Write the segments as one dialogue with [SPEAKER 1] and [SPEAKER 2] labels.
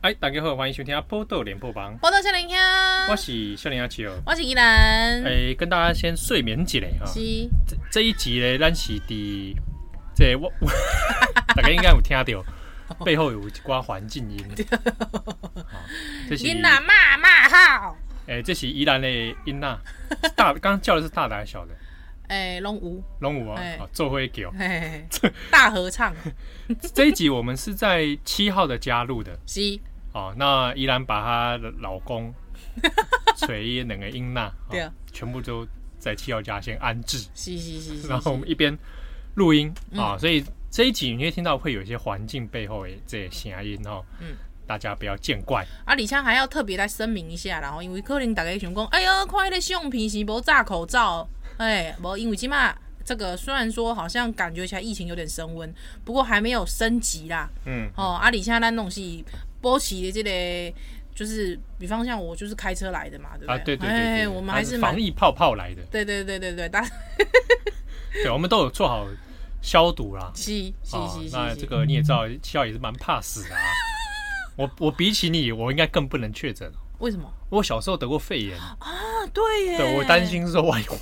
[SPEAKER 1] 嗨，哎大家好，欢迎收听《波豆脸破房》，
[SPEAKER 2] 我到少年兄，
[SPEAKER 1] 我是笑脸阿奇哦。
[SPEAKER 2] 我是依兰，
[SPEAKER 1] 哎，跟大家先睡眠几类啊。
[SPEAKER 2] 嗯是
[SPEAKER 1] 这这一集呢，咱是第这我 我大家应该有听 到，背后有一寡环境音。好这是
[SPEAKER 2] 囡仔骂骂号，
[SPEAKER 1] 哎，这是宜兰的音 呐，是大刚刚叫的是大的还是小的？
[SPEAKER 2] 哎，龙舞，
[SPEAKER 1] 龙武啊
[SPEAKER 2] 哎，
[SPEAKER 1] 好做会狗。
[SPEAKER 2] 嘿，大合唱，
[SPEAKER 1] 这一集我们是在七号的加入的
[SPEAKER 2] 是，
[SPEAKER 1] 哦。那宜兰把她的老 公锤两个英娜，哦
[SPEAKER 2] 对啊，
[SPEAKER 1] 全部都在七号家先安置，
[SPEAKER 2] 是是是是，
[SPEAKER 1] 然后我
[SPEAKER 2] 是嗯
[SPEAKER 1] 们一边录音啊，所以这一集你会听到会有一些环境背后的这些声音哦，
[SPEAKER 2] 嗯
[SPEAKER 1] 大家不要见怪。
[SPEAKER 2] 啊，李强还要特别来声明一下，然后因为可能大家想讲，哎呦，看那个相片是无炸口罩，哎，无因为起码这个虽然说好像感觉起来疫情有点升温，不过还没有升级啦，
[SPEAKER 1] 嗯，
[SPEAKER 2] 哦，啊，李强咱弄是波奇的这个。就是，比方像我就是开车来的嘛，对不对？
[SPEAKER 1] 啊，对对对
[SPEAKER 2] 哎
[SPEAKER 1] 对，
[SPEAKER 2] 我们
[SPEAKER 1] 它
[SPEAKER 2] 还
[SPEAKER 1] 是
[SPEAKER 2] 是蛮
[SPEAKER 1] 防疫泡泡来 的，
[SPEAKER 2] 对对对对对，大。
[SPEAKER 1] 对，我们都有做好消毒啦
[SPEAKER 2] 是是
[SPEAKER 1] 啊
[SPEAKER 2] 是，
[SPEAKER 1] 那
[SPEAKER 2] 是
[SPEAKER 1] 这
[SPEAKER 2] 是，
[SPEAKER 1] 个你也知道，七号也是蛮怕死 的啊。我我比起你，我应该更不能确诊。
[SPEAKER 2] 为什么？
[SPEAKER 1] 我小时候得过肺炎，
[SPEAKER 2] 啊，对耶，
[SPEAKER 1] 对我担。心说万一我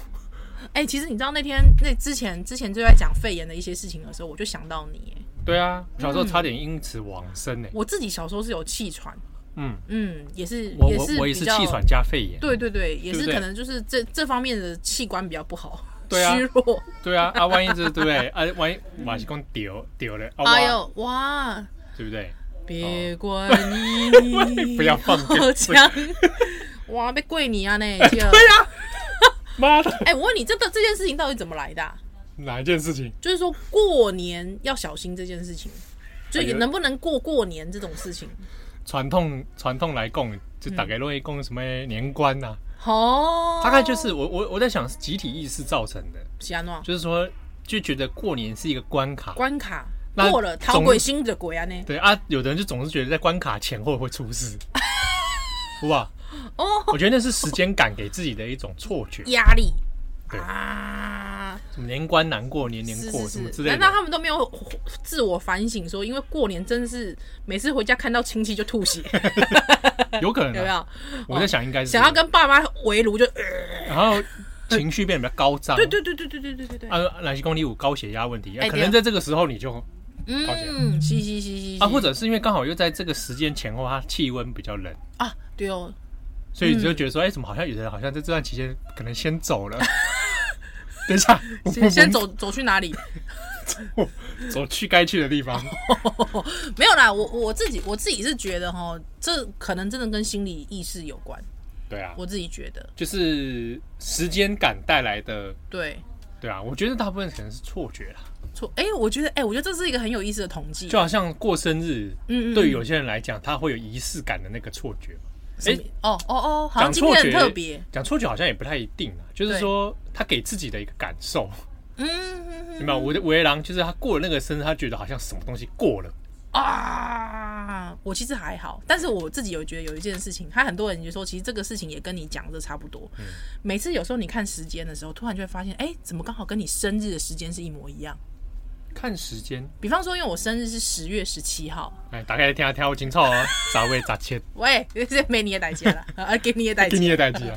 [SPEAKER 2] 哎、其实你知道那天那之前之前就在讲肺炎的一些事情的时候，我就想到你耶。
[SPEAKER 1] 对啊，小时候差点因此往生呢、
[SPEAKER 2] 我自己小时候是有气喘，
[SPEAKER 1] 嗯，
[SPEAKER 2] 嗯，也是
[SPEAKER 1] 我
[SPEAKER 2] 也
[SPEAKER 1] 我
[SPEAKER 2] 是
[SPEAKER 1] 我也
[SPEAKER 2] 比
[SPEAKER 1] 是
[SPEAKER 2] 较
[SPEAKER 1] 气喘。加肺炎。
[SPEAKER 2] 对对对，也
[SPEAKER 1] 对
[SPEAKER 2] 是
[SPEAKER 1] 不对
[SPEAKER 2] 可能就是这这方面的器官比较不好，
[SPEAKER 1] 对啊
[SPEAKER 2] 虚弱。
[SPEAKER 1] 对啊，啊，万一这对不对？啊，万一马西公丢丢了，啊，
[SPEAKER 2] 哎
[SPEAKER 1] 哇
[SPEAKER 2] 呦哇！
[SPEAKER 1] 对不对？
[SPEAKER 2] 别管你，
[SPEAKER 1] 哦 不要放歌
[SPEAKER 2] 好强！ 哇，被跪你啊那！对
[SPEAKER 1] 呀、妈的，
[SPEAKER 2] 哎、我问你，这个这件事情到底怎么来的、啊？
[SPEAKER 1] 哪一件事情？
[SPEAKER 2] 就是说过年要小心这件事情，就
[SPEAKER 1] 哎
[SPEAKER 2] 也
[SPEAKER 1] 呦
[SPEAKER 2] 能不能过过年这种事情。
[SPEAKER 1] 传统传统来供，就大概容易供什么年关呐、
[SPEAKER 2] 哦，
[SPEAKER 1] 大概就是我我我在想是集体意识造成的，
[SPEAKER 2] 喜安诺啊
[SPEAKER 1] 就是说就觉得过年是一个关卡，
[SPEAKER 2] 关卡
[SPEAKER 1] 那
[SPEAKER 2] 过了，
[SPEAKER 1] 总
[SPEAKER 2] 逃鬼心的鬼啊呢？
[SPEAKER 1] 对啊，有的人就总是觉得在关卡前后会出 事，哇！
[SPEAKER 2] 哦，
[SPEAKER 1] 我觉得那是时间感给自己的一种错觉，
[SPEAKER 2] 压力
[SPEAKER 1] 对
[SPEAKER 2] 啊，
[SPEAKER 1] 什么年关难过年年过什么之类
[SPEAKER 2] 难
[SPEAKER 1] 的
[SPEAKER 2] 道。他们都没有自我反省说，因为过年真是每次回家看到亲戚就吐 血，
[SPEAKER 1] 有可能、啊、
[SPEAKER 2] 有没有？
[SPEAKER 1] 我在想应该是这
[SPEAKER 2] 想
[SPEAKER 1] 样
[SPEAKER 2] 要跟爸妈围炉就，呃
[SPEAKER 1] 然后情绪变得比较高涨。
[SPEAKER 2] 对对对对对对对对对，
[SPEAKER 1] 啊，哪些公里有高血压问题？啊
[SPEAKER 2] 哎
[SPEAKER 1] 可
[SPEAKER 2] 对啊
[SPEAKER 1] 能在这个时候你就高血
[SPEAKER 2] 嗯，是是是是
[SPEAKER 1] 啊，或者是因为刚好又在这个时间前后，它气温比较冷，
[SPEAKER 2] 啊，对哦，
[SPEAKER 1] 所以你就觉得说，哎、怎么好像有的人好像在这段期间可能先走 了。等一下，我
[SPEAKER 2] 先先走走去哪里？
[SPEAKER 1] 走去该去的地 方。
[SPEAKER 2] 没有啦，我我自己我自己是觉得哈，这可能真的跟心理意识有关，
[SPEAKER 1] 对啊，
[SPEAKER 2] 我自己觉得
[SPEAKER 1] 就是时间感带来的。
[SPEAKER 2] 对。
[SPEAKER 1] 对啊，我觉得大部分可能是错觉啦，
[SPEAKER 2] 错，哎、我觉得，哎、我觉得这是一个很有意思的统计，
[SPEAKER 1] 就好像过生日，
[SPEAKER 2] 嗯嗯嗯
[SPEAKER 1] 对于有些人来讲，他会有仪式感的那个错觉嘛。
[SPEAKER 2] 什么哦哦哦，好像
[SPEAKER 1] 讲
[SPEAKER 2] 今
[SPEAKER 1] 错
[SPEAKER 2] 天很
[SPEAKER 1] 觉
[SPEAKER 2] 特别，，
[SPEAKER 1] 讲错觉好像也不太一定啊。就是说，他给自己的一个感受，
[SPEAKER 2] 嗯
[SPEAKER 1] 有没有？我的维郎就是他过了那个生日，他觉得好像什么东西过了，
[SPEAKER 2] 啊，我其实还好，但是我自己有觉得有一件事情，还很多人就说，其实这个事情也跟你讲的差不多。
[SPEAKER 1] 嗯
[SPEAKER 2] 每次有时候你看时间的时候，突然就会发现，哎、怎么刚好跟你生日的时间是一模一样？
[SPEAKER 1] 看时间，
[SPEAKER 2] 比方说，因为我生日是十月十七号，
[SPEAKER 1] 哎，打开来听下听我清楚 哦，咋位咋切，
[SPEAKER 2] 喂， 这没你的代价了， 啊，给你的代价
[SPEAKER 1] 给。你的代志啊，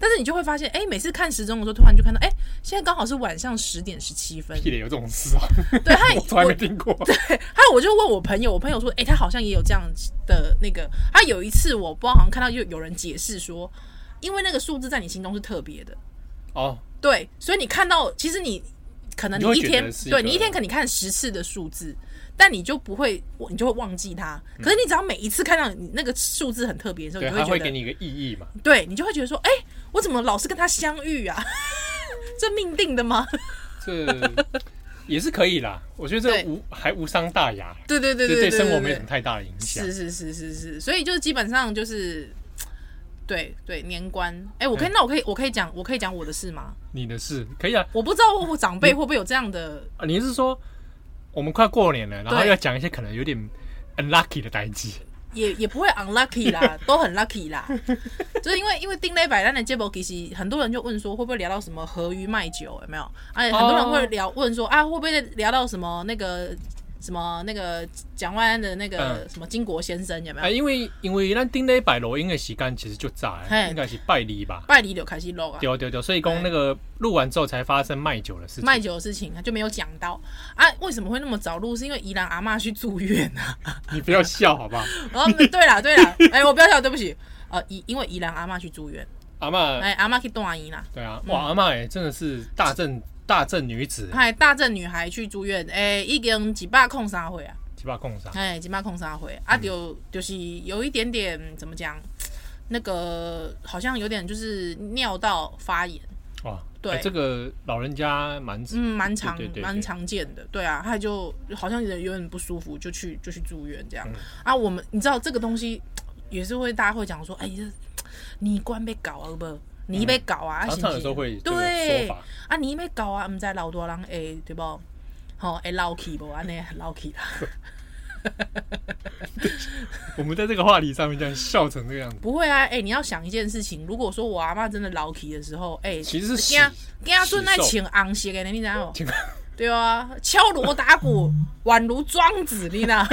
[SPEAKER 2] 但是你就会发现，哎、每次看时钟的时候，突然就看到，哎、现在刚好是晚上十点十七分。
[SPEAKER 1] 屁咧，有这种 事啊，
[SPEAKER 2] 对，他
[SPEAKER 1] 我 从来没听过。
[SPEAKER 2] 还有我就问我朋友，我朋友说，哎、他好像也有这样的那个。他有一次我不知道，好像看到有有人解释说，因为那个数字在你心中是特别的，
[SPEAKER 1] 哦，
[SPEAKER 2] 对，所以你看到其实你可能
[SPEAKER 1] 你会
[SPEAKER 2] 一
[SPEAKER 1] 觉得
[SPEAKER 2] 天，
[SPEAKER 1] 是一
[SPEAKER 2] 对
[SPEAKER 1] 个
[SPEAKER 2] 你一天可能看十次的数字，但你就不会，你就会忘记它。可是你只要每一次看到你那个数字很特别的时候，
[SPEAKER 1] 对，
[SPEAKER 2] 你
[SPEAKER 1] 他
[SPEAKER 2] 就
[SPEAKER 1] 会
[SPEAKER 2] 会
[SPEAKER 1] 给
[SPEAKER 2] 觉得，
[SPEAKER 1] 你一个意义嘛，
[SPEAKER 2] 对你就会觉得说，哎、我怎么老是跟他相遇啊？ 这命定的吗？
[SPEAKER 1] 这也是可以啦。我觉得这
[SPEAKER 2] 对
[SPEAKER 1] 个无还无伤大雅，
[SPEAKER 2] 对对对
[SPEAKER 1] 这对
[SPEAKER 2] 对
[SPEAKER 1] 生活没什么太大的影响。
[SPEAKER 2] 是是是是是，所以就基本上就是，对对，年关。哎、我可以，
[SPEAKER 1] 嗯
[SPEAKER 2] 那我可以，我可以讲，我可以讲我的事吗？
[SPEAKER 1] 你的事可以啊，
[SPEAKER 2] 我不知道我我长辈会不会有这样的，
[SPEAKER 1] 啊你是说我们快过年了，然后
[SPEAKER 2] 对
[SPEAKER 1] 要讲一些可能有点 unlucky 的代志？
[SPEAKER 2] 也也不会 unlucky 啦，都很 lucky 啦。就是因为因为丁磊摆烂的节目，其实很多人就问说会不会聊到什啊么河鱼卖酒有没有？而且很多人会聊问说啊会不会聊到什么那个什么那个蒋万安的那个
[SPEAKER 1] 嗯
[SPEAKER 2] 什么金国先生有没
[SPEAKER 1] 啊，
[SPEAKER 2] 有？
[SPEAKER 1] 因为因为咱顶礼拜录音的时间其实就早
[SPEAKER 2] 嘿
[SPEAKER 1] 的，应该是拜二吧。
[SPEAKER 2] 拜里柳开始漏啊，
[SPEAKER 1] 对对对，所以讲那个录完之后才发生卖酒的事情。
[SPEAKER 2] 卖酒的事情他就没有讲到啊。为什么会那么早录？是因为宜兰阿嬷去住院啊。
[SPEAKER 1] 你不要笑 好不好？
[SPEAKER 2] 哦，对啦对啦，哎、我不要笑，对不起。呃，宜因为宜兰阿嬷去住院，
[SPEAKER 1] 阿嬷
[SPEAKER 2] 哎、阿嬷去断医啦。
[SPEAKER 1] 对啊，哇，阿嬷哎，真的是大正大正女子，
[SPEAKER 2] 嗨，大正女孩去住院，哎、已经几百控三回啊。
[SPEAKER 1] 鸡巴共赏。
[SPEAKER 2] 哎，金马控杀会
[SPEAKER 1] 嗯
[SPEAKER 2] 啊，就就是有一点点怎么讲，那个好像有点就是尿道发炎，
[SPEAKER 1] 哇，
[SPEAKER 2] 对
[SPEAKER 1] 哎这个老人家蛮
[SPEAKER 2] 嗯，蛮常
[SPEAKER 1] 对对对
[SPEAKER 2] 蛮常见的，对啊，他就好像有点有点不舒服，就去就去住院
[SPEAKER 1] 嗯
[SPEAKER 2] 这样、啊。我们你知道这个东西也是会大家会讲说，哎，这你官被搞啊不？你被搞啊，啊
[SPEAKER 1] 嗯常常有时候会有这个
[SPEAKER 2] 对
[SPEAKER 1] 说法，
[SPEAKER 2] 啊，你被搞啊，唔知老多人会对不？吼、会老去不？安尼老去啦。
[SPEAKER 1] 我们在这个话题上面这样笑成这个样子，
[SPEAKER 2] 不会啊，哎、你要想一件事情，如果说我阿妈真的老起的时候，哎、
[SPEAKER 1] 其实是喜
[SPEAKER 2] 跟他跟他说那请昂些给你知道
[SPEAKER 1] 请
[SPEAKER 2] 吗？对啊，敲锣打鼓宛如庄子，你呢？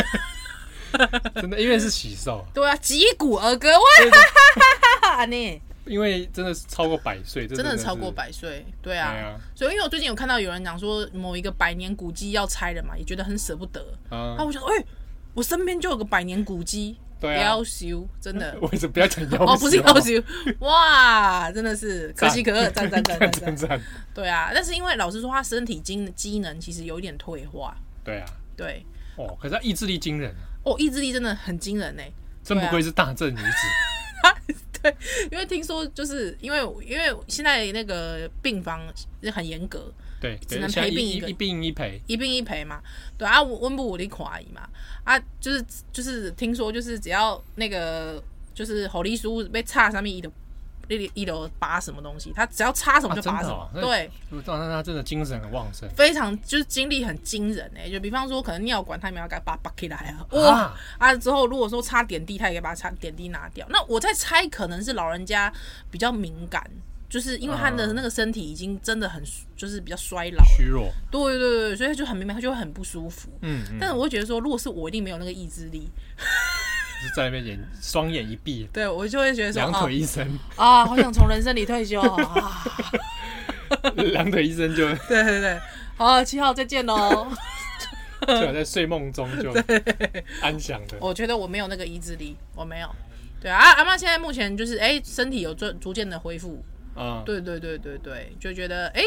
[SPEAKER 1] 真的，因为是喜寿，
[SPEAKER 2] 对啊，击鼓而歌，哇 哈哈哈哈！你
[SPEAKER 1] 因为真的是超过百岁，这真
[SPEAKER 2] 真的
[SPEAKER 1] 的
[SPEAKER 2] 超过
[SPEAKER 1] 是。
[SPEAKER 2] 百岁，对
[SPEAKER 1] 对
[SPEAKER 2] 啊。
[SPEAKER 1] 啊，
[SPEAKER 2] 所以，因为我最近有看到有人讲说某一个百年古迹要拆了嘛，也觉得很舍不得。
[SPEAKER 1] 啊
[SPEAKER 2] 然后我想说，哎、我身边就有个百年古迹，
[SPEAKER 1] 对
[SPEAKER 2] 不
[SPEAKER 1] 啊
[SPEAKER 2] 要，修，真的。
[SPEAKER 1] 为什么不要讲要
[SPEAKER 2] 哦，不是要修， 哇，真的是可喜可贺，赞赞赞赞赞
[SPEAKER 1] 真。 赞，
[SPEAKER 2] 对啊，但是因为老实说，他身体机机能其实有一点退化。
[SPEAKER 1] 对啊，
[SPEAKER 2] 对，
[SPEAKER 1] 哦，可是他意志力惊人啊，
[SPEAKER 2] 哦，意志力真的很惊人呢、欸
[SPEAKER 1] 真
[SPEAKER 2] 啊
[SPEAKER 1] 不愧是大正女子，
[SPEAKER 2] 因为听说就是因为因为现在那个病房很严格，
[SPEAKER 1] 对，
[SPEAKER 2] 只能
[SPEAKER 1] 对现在
[SPEAKER 2] 陪病
[SPEAKER 1] 一
[SPEAKER 2] 一个
[SPEAKER 1] 一病一赔，
[SPEAKER 2] 一病一赔嘛。对啊，我温布我的垮姨嘛，啊，就是就是听说就是只要那个就是侯丽书被插上面一楼一一楼拔什么东西，他只要插什么就拔什么，
[SPEAKER 1] 啊真的哦
[SPEAKER 2] 对。
[SPEAKER 1] 就让他真的精神很旺盛
[SPEAKER 2] 非常就是精力很惊人哎、就比方说可能尿管他们要给它拔拔起来啊，哇、
[SPEAKER 1] 啊，
[SPEAKER 2] 啊，之后如果说擦点滴，他也可以把它擦点滴拿掉。那我在猜，可能是老人家比较敏感，就是因为他的
[SPEAKER 1] 嗯
[SPEAKER 2] 那个身体已经真的很就是比较衰老了，
[SPEAKER 1] 虚弱，
[SPEAKER 2] 对对对对，所以他就很敏感，他就会很不舒服。
[SPEAKER 1] 嗯，嗯
[SPEAKER 2] 但是我会觉得说，如果是我一定没有那个意志力，
[SPEAKER 1] 就是在那边眼双眼一闭，
[SPEAKER 2] 对我就会觉得说
[SPEAKER 1] 两
[SPEAKER 2] 啊
[SPEAKER 1] 腿一伸，
[SPEAKER 2] 啊，好想从人生里退休啊！
[SPEAKER 1] 两腿一 伸就
[SPEAKER 2] 对对对，好，七号再见喽。
[SPEAKER 1] 就在睡梦中就安详的，
[SPEAKER 2] 我觉得我没有那个意志力，我没有。对啊，啊阿妈现在目前就是哎、身体有逐逐渐的恢复，
[SPEAKER 1] 啊，
[SPEAKER 2] 哦对对对对对，就觉得哎、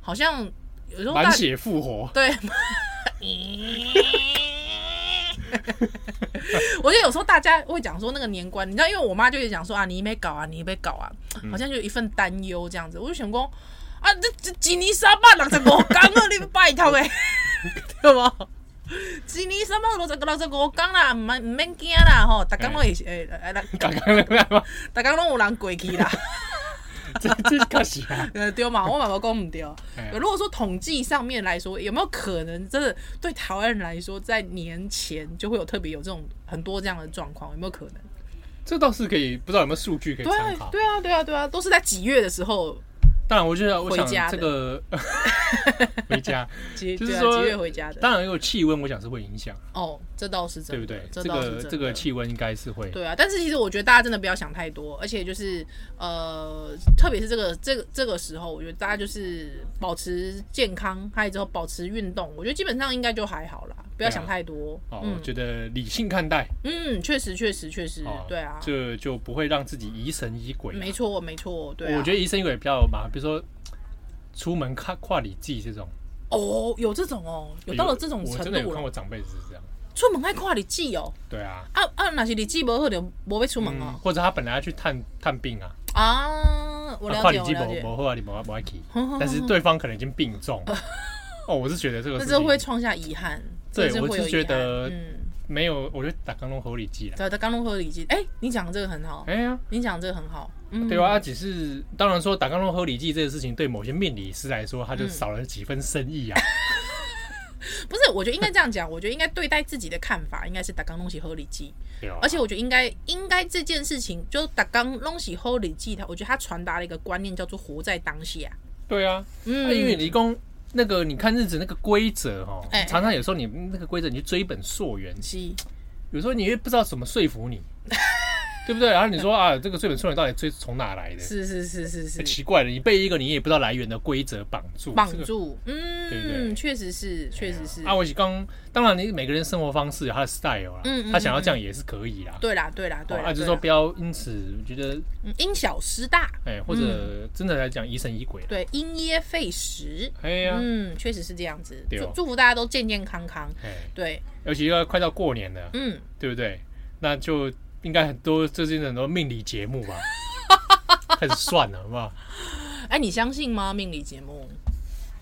[SPEAKER 2] 好像有时候大
[SPEAKER 1] 满血复活，
[SPEAKER 2] 对， 我觉得有时候大家会讲说那个年关，你知道，因为我妈就会讲说啊，你没搞啊，你没搞啊，好像就有一份担忧这样子。我就想说啊，这这几年三百六十五天啊，你拜托诶，对吗？一年三百六十六十五天啦，唔免唔免惊啦吼，逐工拢会诶，来来，
[SPEAKER 1] 刚刚那个嘛，
[SPEAKER 2] 逐工拢有人过去啦。
[SPEAKER 1] 这这可惜啊，
[SPEAKER 2] 呃，对嘛，我妈妈讲唔对
[SPEAKER 1] 哎呀。
[SPEAKER 2] 如果说统计上面来说，有没有可能真的对台湾人来说，在年前就会有特别有这种很多这样的状况？有没有可能？
[SPEAKER 1] 这倒是可以，不知道有没有数据可以
[SPEAKER 2] 对
[SPEAKER 1] 参
[SPEAKER 2] 啊，
[SPEAKER 1] 考。
[SPEAKER 2] 对啊，对啊，对啊，都是在几月的时候
[SPEAKER 1] 当然，我觉得我
[SPEAKER 2] 回家
[SPEAKER 1] 想
[SPEAKER 2] 的
[SPEAKER 1] 这个 回家，
[SPEAKER 2] 几
[SPEAKER 1] 就是
[SPEAKER 2] 对啊
[SPEAKER 1] 说
[SPEAKER 2] 几月回家的？
[SPEAKER 1] 当然有气温，我想是会影响，
[SPEAKER 2] 哦，这倒是真
[SPEAKER 1] 对
[SPEAKER 2] 的，
[SPEAKER 1] 不对？
[SPEAKER 2] 这
[SPEAKER 1] 这
[SPEAKER 2] 倒是真
[SPEAKER 1] 个
[SPEAKER 2] 的
[SPEAKER 1] 这个气温应该是会，
[SPEAKER 2] 对啊，但是其实我觉得大家真的不要想太多，而且就是呃，特别是这个这个这个时候，我觉得大家就是保持健康，还有之后保持运动，我觉得基本上应该就还好啦，不
[SPEAKER 1] 对
[SPEAKER 2] 要
[SPEAKER 1] 啊
[SPEAKER 2] 想太多。
[SPEAKER 1] 哦，
[SPEAKER 2] 嗯
[SPEAKER 1] 我觉得理性看待，
[SPEAKER 2] 嗯，确实，确实，确实
[SPEAKER 1] 哦，，
[SPEAKER 2] 对啊，
[SPEAKER 1] 这就不会让自己疑神疑鬼。
[SPEAKER 2] 没错，没错，对啊。
[SPEAKER 1] 我觉得疑神疑鬼比较麻烦，比如说出门跨跨里季这种，
[SPEAKER 2] 哦，有这种哦，有到了这种
[SPEAKER 1] 我
[SPEAKER 2] 程
[SPEAKER 1] 真的哎有
[SPEAKER 2] 度
[SPEAKER 1] 看
[SPEAKER 2] 了，
[SPEAKER 1] 过长辈是这样，
[SPEAKER 2] 出门爱跨你记哦。
[SPEAKER 1] 对啊，
[SPEAKER 2] 啊啊，哪些你记不好就不会出门
[SPEAKER 1] 嗯，
[SPEAKER 2] 哦。
[SPEAKER 1] 或者他本来要去探探病啊，
[SPEAKER 2] 啊，我
[SPEAKER 1] 啊
[SPEAKER 2] 了
[SPEAKER 1] 跨
[SPEAKER 2] 解，
[SPEAKER 1] 里
[SPEAKER 2] 我
[SPEAKER 1] 季
[SPEAKER 2] 了
[SPEAKER 1] 不
[SPEAKER 2] 解，
[SPEAKER 1] 不后啊，你不不爱 去，但是对方可能已经病重。哦，我是觉得这个
[SPEAKER 2] 那
[SPEAKER 1] 事
[SPEAKER 2] 这
[SPEAKER 1] 情
[SPEAKER 2] 会创下遗憾。
[SPEAKER 1] 对
[SPEAKER 2] 这是
[SPEAKER 1] 我
[SPEAKER 2] 会
[SPEAKER 1] 是
[SPEAKER 2] 有遗
[SPEAKER 1] 觉
[SPEAKER 2] 憾
[SPEAKER 1] 得
[SPEAKER 2] 嗯，
[SPEAKER 1] 没有，我觉得打刚龙合理季 啦。
[SPEAKER 2] 对，他刚入合理记，哎，你讲的这个很好，
[SPEAKER 1] 哎呀，
[SPEAKER 2] 你讲的这个很好，嗯，
[SPEAKER 1] 对吧？啊，只是当然说打刚龙合理季这个事情，对某些命理师来说，
[SPEAKER 2] 嗯
[SPEAKER 1] 他就少了几分深意啊。
[SPEAKER 2] 不是，我觉得应该这样讲，我觉得应该对待自己的看法应该是打刚东西合理记，
[SPEAKER 1] 对吧
[SPEAKER 2] 而且我觉得应该应该这件事情，就打刚东西合理记，它我觉得它传达了一个观念叫做活在当下。
[SPEAKER 1] 对啊，
[SPEAKER 2] 嗯
[SPEAKER 1] 啊因为你讲那个你看日子那个规则哈
[SPEAKER 2] 哎，
[SPEAKER 1] 常常有时候你那个规则你去追本溯源，
[SPEAKER 2] 是，
[SPEAKER 1] 有时候你也不知道怎么说服 你，对不对？然后你说啊，这个追本溯源到底追从哪来的？
[SPEAKER 2] 是是是是是，
[SPEAKER 1] 奇怪了，你被一个你也不知道来源的规则绑住，
[SPEAKER 2] 绑
[SPEAKER 1] 这个
[SPEAKER 2] 住，
[SPEAKER 1] 对不对
[SPEAKER 2] 嗯，确实是，确实是
[SPEAKER 1] 啊，，我是刚，当然你每个人生活方式有他的 style 啦，
[SPEAKER 2] 嗯嗯
[SPEAKER 1] 他想要这样也是可以啦。
[SPEAKER 2] 对啦对啦对
[SPEAKER 1] 哦
[SPEAKER 2] 啦，
[SPEAKER 1] 啊，就是
[SPEAKER 2] 对
[SPEAKER 1] 说
[SPEAKER 2] 啦
[SPEAKER 1] 不要因此觉得，
[SPEAKER 2] 嗯因小失大，
[SPEAKER 1] 哎，或
[SPEAKER 2] 嗯
[SPEAKER 1] 者真的来讲疑神疑鬼。
[SPEAKER 2] 对，因噎废食，
[SPEAKER 1] 哎呀，
[SPEAKER 2] 嗯，确实是这样子，
[SPEAKER 1] 对哦
[SPEAKER 2] 祝祝福大家都健健康康，
[SPEAKER 1] 哎，
[SPEAKER 2] 对，
[SPEAKER 1] 尤其要快到过年了，
[SPEAKER 2] 嗯，
[SPEAKER 1] 对不对？那就应该很多最近很多命理节目 吧，开始算了，好不好？
[SPEAKER 2] 哎，你相信吗？命理节目？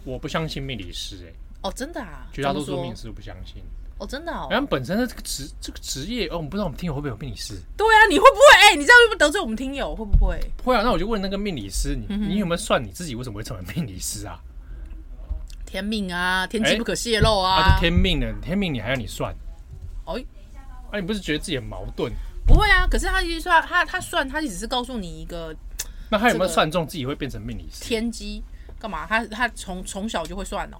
[SPEAKER 1] 我不相信命理师，哎，
[SPEAKER 2] 哦，真的啊，
[SPEAKER 1] 绝大多
[SPEAKER 2] 怎
[SPEAKER 1] 数
[SPEAKER 2] 么
[SPEAKER 1] 命理哎
[SPEAKER 2] 说
[SPEAKER 1] 师都不相信。
[SPEAKER 2] 哦，真的哦
[SPEAKER 1] 然，后本身的这个职这个职业，哦，我们不知道我们听友会不会有命理师？
[SPEAKER 2] 对啊，你会不会？哎，你这样会不会得罪我们听友？会不会？
[SPEAKER 1] 会啊，那我就问那个命理师，你
[SPEAKER 2] 嗯
[SPEAKER 1] 你有没有算你自己为什么会成为命理师啊？
[SPEAKER 2] 天命啊，天
[SPEAKER 1] 哎
[SPEAKER 2] 机不可泄露
[SPEAKER 1] 啊，
[SPEAKER 2] 啊
[SPEAKER 1] 就，天命了，天命你还要你算？
[SPEAKER 2] 哎，
[SPEAKER 1] 啊，你不是觉得自己很矛盾？
[SPEAKER 2] 不会啊，可是他就是说他他算他只是告诉你一个
[SPEAKER 1] 那他有没
[SPEAKER 2] 这
[SPEAKER 1] 有
[SPEAKER 2] 个
[SPEAKER 1] 算中自己会变成命理师？
[SPEAKER 2] 天机，干嘛？他他从从小就会算哦，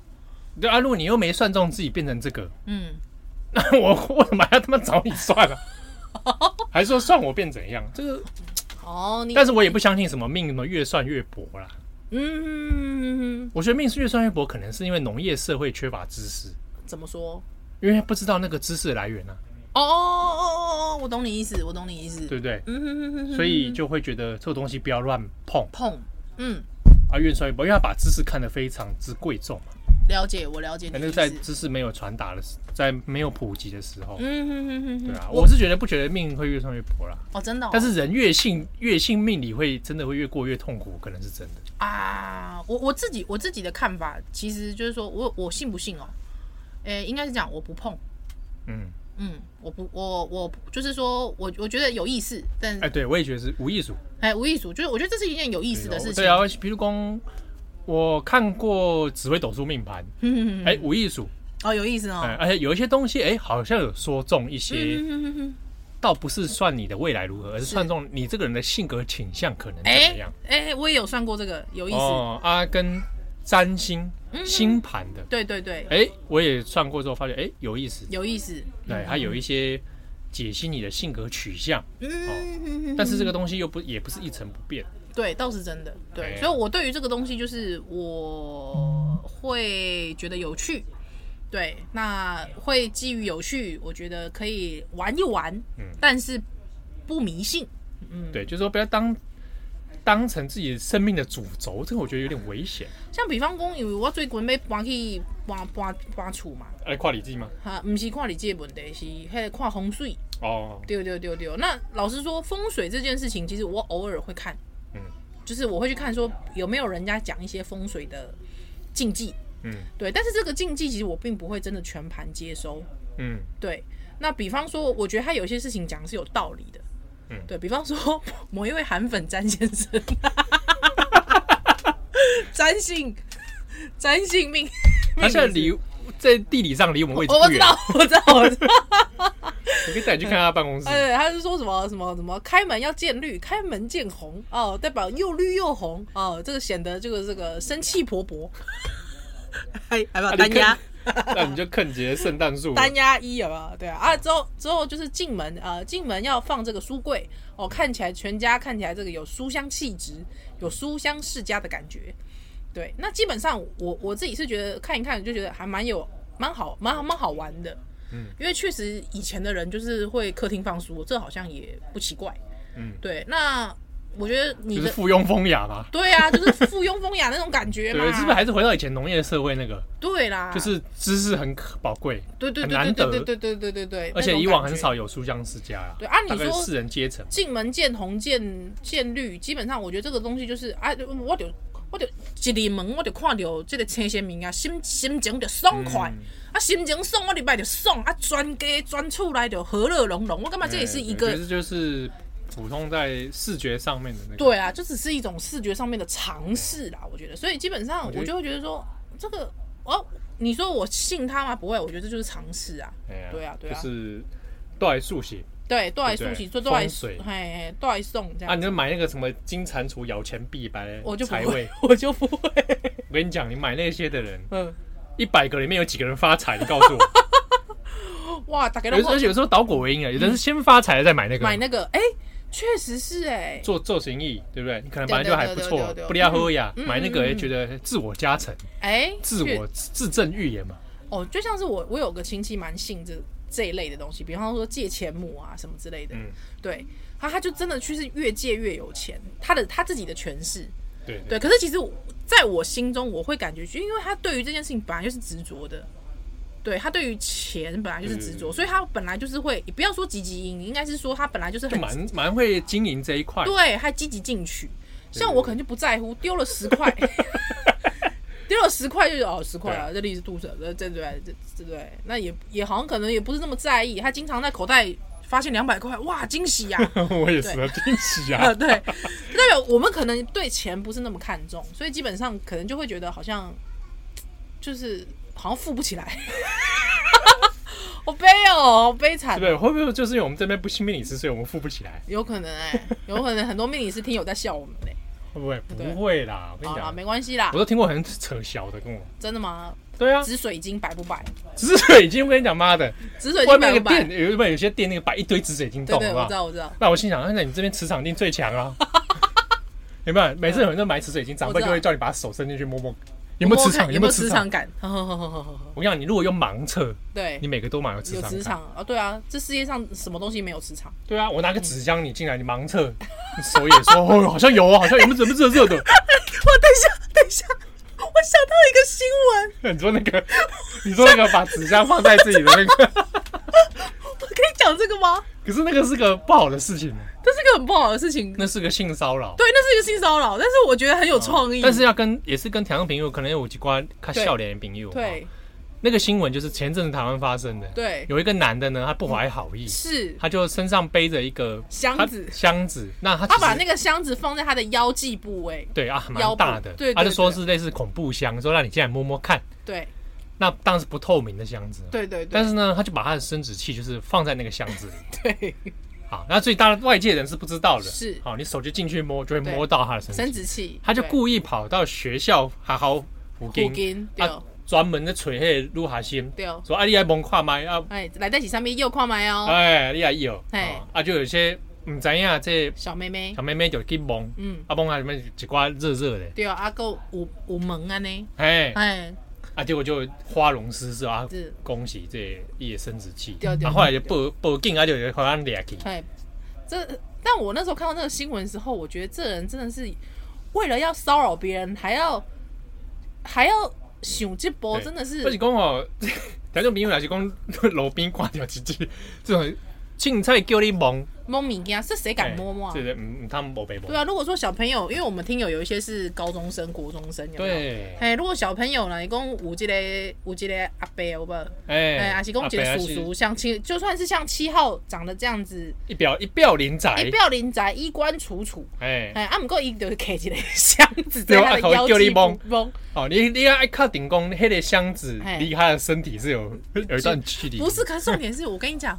[SPEAKER 1] 对啊，如果你又没算中自己变成这个，
[SPEAKER 2] 嗯，
[SPEAKER 1] 那 我为什么还要他妈找你算 啊？还说算我变怎样？这个，
[SPEAKER 2] 哦，你
[SPEAKER 1] 但是我也不相信什么命什么越算越薄啦。
[SPEAKER 2] 嗯，
[SPEAKER 1] 我觉得命是越算越薄，可能是因为农业社会缺乏知识，
[SPEAKER 2] 怎么说？
[SPEAKER 1] 因为不知道那个知识的来源啊，
[SPEAKER 2] 哦哦哦哦哦，我懂你意思，我懂你意思，
[SPEAKER 1] 对不对？
[SPEAKER 2] 嗯哼哼哼哼
[SPEAKER 1] 所以就会觉得这个东西不要乱碰
[SPEAKER 2] 碰，嗯，
[SPEAKER 1] 啊，越算越薄，因为他把知识看得非常之贵重嘛。
[SPEAKER 2] 了解，我了解你
[SPEAKER 1] 那
[SPEAKER 2] 的
[SPEAKER 1] 个
[SPEAKER 2] 意思
[SPEAKER 1] 在。知识没有传达的时，在没有普及的时候，
[SPEAKER 2] 嗯哼哼哼
[SPEAKER 1] 对
[SPEAKER 2] 哼，
[SPEAKER 1] 啊，我是觉得不觉得命会越算越薄啦。
[SPEAKER 2] 哦，真的、哦，
[SPEAKER 1] 但是人越信越信命理，会真的会越过越痛苦，可能是真的。
[SPEAKER 2] 啊，我我自己我自己的看法，其实就是说我我信不信哦，诶、应该是讲我不碰，
[SPEAKER 1] 嗯，
[SPEAKER 2] 嗯，我不我我就是说我我觉得有意思，但
[SPEAKER 1] 哎，对我也觉得是无意识
[SPEAKER 2] 哎、无意俗，就是我觉得这是一件有意思的事情，
[SPEAKER 1] 对啊，比如讲，我看过紫微斗数命盘，
[SPEAKER 2] 嗯，
[SPEAKER 1] 哎，无意识，
[SPEAKER 2] 哦，有意思哦，
[SPEAKER 1] 哎，而且有一些东西，哎，好像有说中一些，
[SPEAKER 2] 嗯哼哼哼
[SPEAKER 1] 倒不是算你的未来如何，而是算中你这个人的性格倾向可能怎么
[SPEAKER 2] 哎
[SPEAKER 1] 样。
[SPEAKER 2] 哎，我也有算过这个，有意思，嗯
[SPEAKER 1] 哦啊，跟占星星盘的，
[SPEAKER 2] 对对对，
[SPEAKER 1] 哎，我也算过之后发现，哎，有意思，
[SPEAKER 2] 有意思，
[SPEAKER 1] 对，它有一些解析你的性格取向。哦
[SPEAKER 2] 嗯哼哼哼，
[SPEAKER 1] 但是这个东西又不也不是一成不变，
[SPEAKER 2] 对，倒是真的，
[SPEAKER 1] 哎
[SPEAKER 2] 对，
[SPEAKER 1] 呀
[SPEAKER 2] 所以我对于这个东西就是我会觉得有趣，对，那会基于有趣，我觉得可以玩一玩，
[SPEAKER 1] 嗯
[SPEAKER 2] 但是不迷信，
[SPEAKER 1] 对，就是说不要当当成自己生命的主轴，这个我觉得有点危险。
[SPEAKER 2] 像比方讲，因为我最近被搬去搬搬搬厝嘛，
[SPEAKER 1] 哎，跨里记吗？
[SPEAKER 2] 哈，不是看你这个问题，是迄个看风水，
[SPEAKER 1] 哦，
[SPEAKER 2] 对对对对。那老实说，风水这件事情，其实我偶尔会看，
[SPEAKER 1] 嗯
[SPEAKER 2] 就是我会去看说有没有人家讲一些风水的禁忌，
[SPEAKER 1] 嗯
[SPEAKER 2] 对，但是这个禁忌其实我并不会真的全盘接收。
[SPEAKER 1] 嗯，
[SPEAKER 2] 对，那比方说，我觉得他有些事情讲是有道理的。
[SPEAKER 1] 嗯
[SPEAKER 2] 对比方说， 某一位韩粉詹先生， 詹姓詹姓命，
[SPEAKER 1] 他现在离在地理上离我们位置
[SPEAKER 2] 我我
[SPEAKER 1] 不
[SPEAKER 2] 知
[SPEAKER 1] 远，
[SPEAKER 2] 道，我知道，我知道。
[SPEAKER 1] 我可以带你去看他的办公室。
[SPEAKER 2] 哎，他是说什么什么什么开门要见绿，开门见红哦，代表又绿又红哦，这个显得这个这个生气勃勃。 还还有
[SPEAKER 1] 啊
[SPEAKER 2] 单压，
[SPEAKER 1] 你看那你就看节圣诞树，
[SPEAKER 2] 单压一有没有？对啊，啊之后之后就是进门呃，进门要放这个书柜哦，看起来全家看起来这个有书香气质，有书香世家的感觉。对，那基本上我我自己是觉得看一看就觉得还蛮有蛮好蛮蛮好玩的，
[SPEAKER 1] 嗯，
[SPEAKER 2] 因为确实以前的人就是会客厅放书，这好像也不奇怪，
[SPEAKER 1] 嗯
[SPEAKER 2] 对。那我觉得你
[SPEAKER 1] 就
[SPEAKER 2] 的、
[SPEAKER 1] 是附庸风雅嘛。
[SPEAKER 2] 对啊，就是附庸风雅那种感觉
[SPEAKER 1] 对
[SPEAKER 2] 嘛，，
[SPEAKER 1] 是不是还是回到以前农业社会那个，
[SPEAKER 2] 对啦，
[SPEAKER 1] 就是知识很可宝贵，
[SPEAKER 2] 对对
[SPEAKER 1] 很
[SPEAKER 2] 对
[SPEAKER 1] 难
[SPEAKER 2] 对
[SPEAKER 1] 得
[SPEAKER 2] 对对对对对对，
[SPEAKER 1] 而
[SPEAKER 2] 那
[SPEAKER 1] 且
[SPEAKER 2] 种
[SPEAKER 1] 以往
[SPEAKER 2] 感
[SPEAKER 1] 很
[SPEAKER 2] 觉
[SPEAKER 1] 少有书香世家啦。
[SPEAKER 2] 对啊你
[SPEAKER 1] 大概
[SPEAKER 2] 说
[SPEAKER 1] 士人阶层。
[SPEAKER 2] 进门见红见见绿，基本上我觉得这个东西就是啊，我就我就一入门我就看到这个青鲜明啊，心心情就爽
[SPEAKER 1] 嗯
[SPEAKER 2] 快，啊心情爽我礼拜就爽，啊全家全厝内就和乐融融，我感觉这也是一
[SPEAKER 1] 哎对
[SPEAKER 2] 个
[SPEAKER 1] 其实就是普通在视觉上面的那个。
[SPEAKER 2] 对啊，这只是一种视觉上面的尝试啦，我觉得，所以基本上
[SPEAKER 1] 觉得
[SPEAKER 2] 我就会觉得说这个哦，你说我信他吗？不会，我觉得这就是尝试啊，
[SPEAKER 1] 哎呀
[SPEAKER 2] 对啊对啊
[SPEAKER 1] 就是多来速写
[SPEAKER 2] 对，都来
[SPEAKER 1] 对
[SPEAKER 2] 梳
[SPEAKER 1] 不
[SPEAKER 2] 洗，
[SPEAKER 1] 对
[SPEAKER 2] 都来
[SPEAKER 1] 风水
[SPEAKER 2] 嘿嘿，都来送这
[SPEAKER 1] 啊！
[SPEAKER 2] 样
[SPEAKER 1] 你，就买那个什么金蟾蜍摇钱币白
[SPEAKER 2] 我就不
[SPEAKER 1] 财
[SPEAKER 2] 会
[SPEAKER 1] 位，
[SPEAKER 2] 我就不会。
[SPEAKER 1] 我跟你讲，你买那些的人，
[SPEAKER 2] 嗯，
[SPEAKER 1] 一百个里面有几个人发财？你告 诉我。
[SPEAKER 2] 哇，大概都
[SPEAKER 1] 有时而且有时候倒果为因啊，有的人是先发财了再买那个，
[SPEAKER 2] 买那个，哎、确实是哎、
[SPEAKER 1] 做做生意，对不对？你可能
[SPEAKER 2] 对
[SPEAKER 1] 本来就还不
[SPEAKER 2] 对对
[SPEAKER 1] 错
[SPEAKER 2] 对对，
[SPEAKER 1] 不利亚喝呀，
[SPEAKER 2] 嗯嗯
[SPEAKER 1] 买那个
[SPEAKER 2] 嗯
[SPEAKER 1] 也
[SPEAKER 2] 嗯
[SPEAKER 1] 觉得自我加成、
[SPEAKER 2] 哎、
[SPEAKER 1] 自
[SPEAKER 2] 确
[SPEAKER 1] 我自证预言嘛。
[SPEAKER 2] 哦，就像是我我有个亲戚蛮信这这一类的东西，比方说借钱母啊什么之类的，
[SPEAKER 1] 嗯
[SPEAKER 2] 对，他他就真的去是越借越有钱，他的他自己的诠释，
[SPEAKER 1] 对对
[SPEAKER 2] 对，可是其实我在我心中我会感觉，因为他对于这件事情本来就是执着的。对他对于钱本来就是执着，
[SPEAKER 1] 嗯
[SPEAKER 2] 所以他本来就是会，不要说积极应，应该是说他本来就是
[SPEAKER 1] 就
[SPEAKER 2] 很
[SPEAKER 1] 蛮蛮会经营这一块。
[SPEAKER 2] 对，还积极进取。像
[SPEAKER 1] 对
[SPEAKER 2] 我可能就不在乎，丢了十 块，丢了十块就是哦十块啊，这里是杜神，这这对这这对，那也也好像可能也不是那么在意，他经常在口袋发现两百块，哇惊 喜呀、啊
[SPEAKER 1] 我也是啊，惊喜啊
[SPEAKER 2] 呃！对，就代表我们可能对钱不是那么看重，所以基本上可能就会觉得好像就是好像富不起来， 好悲哦，好悲惨
[SPEAKER 1] 对不，对？会不会就是因为我们这边不信命理师，所以我们富不起来？
[SPEAKER 2] 有可能哎、有可能很多命理师听友在笑我们 嘞、
[SPEAKER 1] 会不会？
[SPEAKER 2] 对
[SPEAKER 1] 不会啦，我跟你
[SPEAKER 2] 好啦，
[SPEAKER 1] 讲，
[SPEAKER 2] 没关系啦
[SPEAKER 1] 我，都听过很扯小的跟我。
[SPEAKER 2] 真的吗？
[SPEAKER 1] 对啊，
[SPEAKER 2] 紫水晶摆不摆？
[SPEAKER 1] 紫水晶，我跟你讲，妈的，
[SPEAKER 2] 紫水
[SPEAKER 1] 外面
[SPEAKER 2] 晶摆
[SPEAKER 1] 那
[SPEAKER 2] 不
[SPEAKER 1] 个
[SPEAKER 2] 摆
[SPEAKER 1] 店？有有有些店那个摆一堆紫水晶
[SPEAKER 2] 对
[SPEAKER 1] 洞，
[SPEAKER 2] 对，
[SPEAKER 1] 好不
[SPEAKER 2] 我
[SPEAKER 1] 好
[SPEAKER 2] 知？道，我知道。
[SPEAKER 1] 那我心想，那你这边磁场一定最强啊，有没有？每次有人都买磁水晶，长辈就会叫你把手伸进去摸摸，有没有磁场？
[SPEAKER 2] 有
[SPEAKER 1] 没有
[SPEAKER 2] 磁
[SPEAKER 1] 场？
[SPEAKER 2] 感？ 呵呵呵呵呵呵
[SPEAKER 1] 我跟你讲，你如果用盲测，
[SPEAKER 2] 对
[SPEAKER 1] 你，每个都买有磁
[SPEAKER 2] 有
[SPEAKER 1] 场感。
[SPEAKER 2] 磁场啊，对啊，这世界上什么东西没有磁场？
[SPEAKER 1] 对啊，我拿个纸箱你进来，你盲测，你手也说哦，好像有哦，好像有，怎么热热的？
[SPEAKER 2] 我等一下，等一下，我想到一个新闻，
[SPEAKER 1] 你说那个，你说那个把纸箱放在自己的那个，
[SPEAKER 2] 我可以讲这个吗？
[SPEAKER 1] 可是那个是个不好的事情，
[SPEAKER 2] 这是个很不好的事情。
[SPEAKER 1] 那是个性骚扰。
[SPEAKER 2] 对，那是一个性骚扰，但是我觉得很有创意。
[SPEAKER 1] 但是要跟也是跟台湾朋友，可能有几关看
[SPEAKER 2] 对
[SPEAKER 1] 笑脸的朋友。
[SPEAKER 2] 对，那
[SPEAKER 1] 那个新闻就是前阵子台湾发生的，
[SPEAKER 2] 对
[SPEAKER 1] 有一个男的呢，他不怀好意，
[SPEAKER 2] 是
[SPEAKER 1] 他就身上背着一个
[SPEAKER 2] 箱子
[SPEAKER 1] 他箱子，那他其
[SPEAKER 2] 他
[SPEAKER 1] 实
[SPEAKER 2] 把那个箱子放在他的腰际部位，
[SPEAKER 1] 对啊，
[SPEAKER 2] 腰
[SPEAKER 1] 蛮
[SPEAKER 2] 部
[SPEAKER 1] 大的，
[SPEAKER 2] 对对
[SPEAKER 1] 他就说是类似恐怖箱，说让你进来摸摸看，
[SPEAKER 2] 对，
[SPEAKER 1] 那当然是不透明的箱子，，
[SPEAKER 2] 对对对
[SPEAKER 1] 但是呢，他就把他的生殖器就是放在那个箱子里，
[SPEAKER 2] 对，
[SPEAKER 1] 好，那所以当然外界人是不知道的，
[SPEAKER 2] 是
[SPEAKER 1] 好，你手就进去摸，就会摸到他的生殖
[SPEAKER 2] 生
[SPEAKER 1] 器，
[SPEAKER 2] 殖器，
[SPEAKER 1] 他就
[SPEAKER 2] 对
[SPEAKER 1] 故意跑到学校好好虎
[SPEAKER 2] 虎筋对哦
[SPEAKER 1] 啊，专门的捶那个女学生，
[SPEAKER 2] 对哦
[SPEAKER 1] 说啊，你来蒙看麦啊，
[SPEAKER 2] 哎，来在一起上面又跨买哦，
[SPEAKER 1] 哎，你也有，
[SPEAKER 2] 嘿
[SPEAKER 1] 哦啊，就有些唔知影啊这
[SPEAKER 2] 小妹妹
[SPEAKER 1] 小，妹妹就去摸，
[SPEAKER 2] 嗯，
[SPEAKER 1] 啊摸啊什么一挂热热的，
[SPEAKER 2] 对啊，阿够五五门安呢，
[SPEAKER 1] 哎，
[SPEAKER 2] 哎，
[SPEAKER 1] 啊结果就花容失色啊
[SPEAKER 2] 是，
[SPEAKER 1] 恭喜这夜生殖器
[SPEAKER 2] 对，对
[SPEAKER 1] 啊后来就报报警啊，就有人把他掠去，
[SPEAKER 2] 哎，这但我那时候看到那个新闻的时候，我觉得这人真的是为了要骚扰别人，还要还要想这波，
[SPEAKER 1] 对
[SPEAKER 2] 真的
[SPEAKER 1] 不是
[SPEAKER 2] 是
[SPEAKER 1] 讲哦， 咱种朋友也是讲 路边看到一只这种凊彩叫你摸，
[SPEAKER 2] 蒙米呀，是谁敢摸摸啊
[SPEAKER 1] 对？对，嗯，他们没被摸
[SPEAKER 2] 对，啊，如果说小朋友，因为我们听友有一些是高中生、国中生，有没有？
[SPEAKER 1] 对，
[SPEAKER 2] 哎，如果小朋友呢，一共五级嘞，五级嘞阿伯，有不？
[SPEAKER 1] 哎
[SPEAKER 2] 哎，阿是公姐叔叔，像七，就算是像七号长得这样子，
[SPEAKER 1] 一表一表人
[SPEAKER 2] 哎，
[SPEAKER 1] 仔
[SPEAKER 2] 不，要林宅，衣冠楚楚，
[SPEAKER 1] 哎，
[SPEAKER 2] 哎，啊，毋过伊就是揢一个箱子在他的
[SPEAKER 1] 对啊
[SPEAKER 2] 腰
[SPEAKER 1] 叫
[SPEAKER 2] 际
[SPEAKER 1] 你摸
[SPEAKER 2] 部摸，
[SPEAKER 1] 哦，你你要靠顶功，那个箱子
[SPEAKER 2] 嘿
[SPEAKER 1] 离他的身体是有 有一段距离，
[SPEAKER 2] 不是，可是重点是我跟你讲，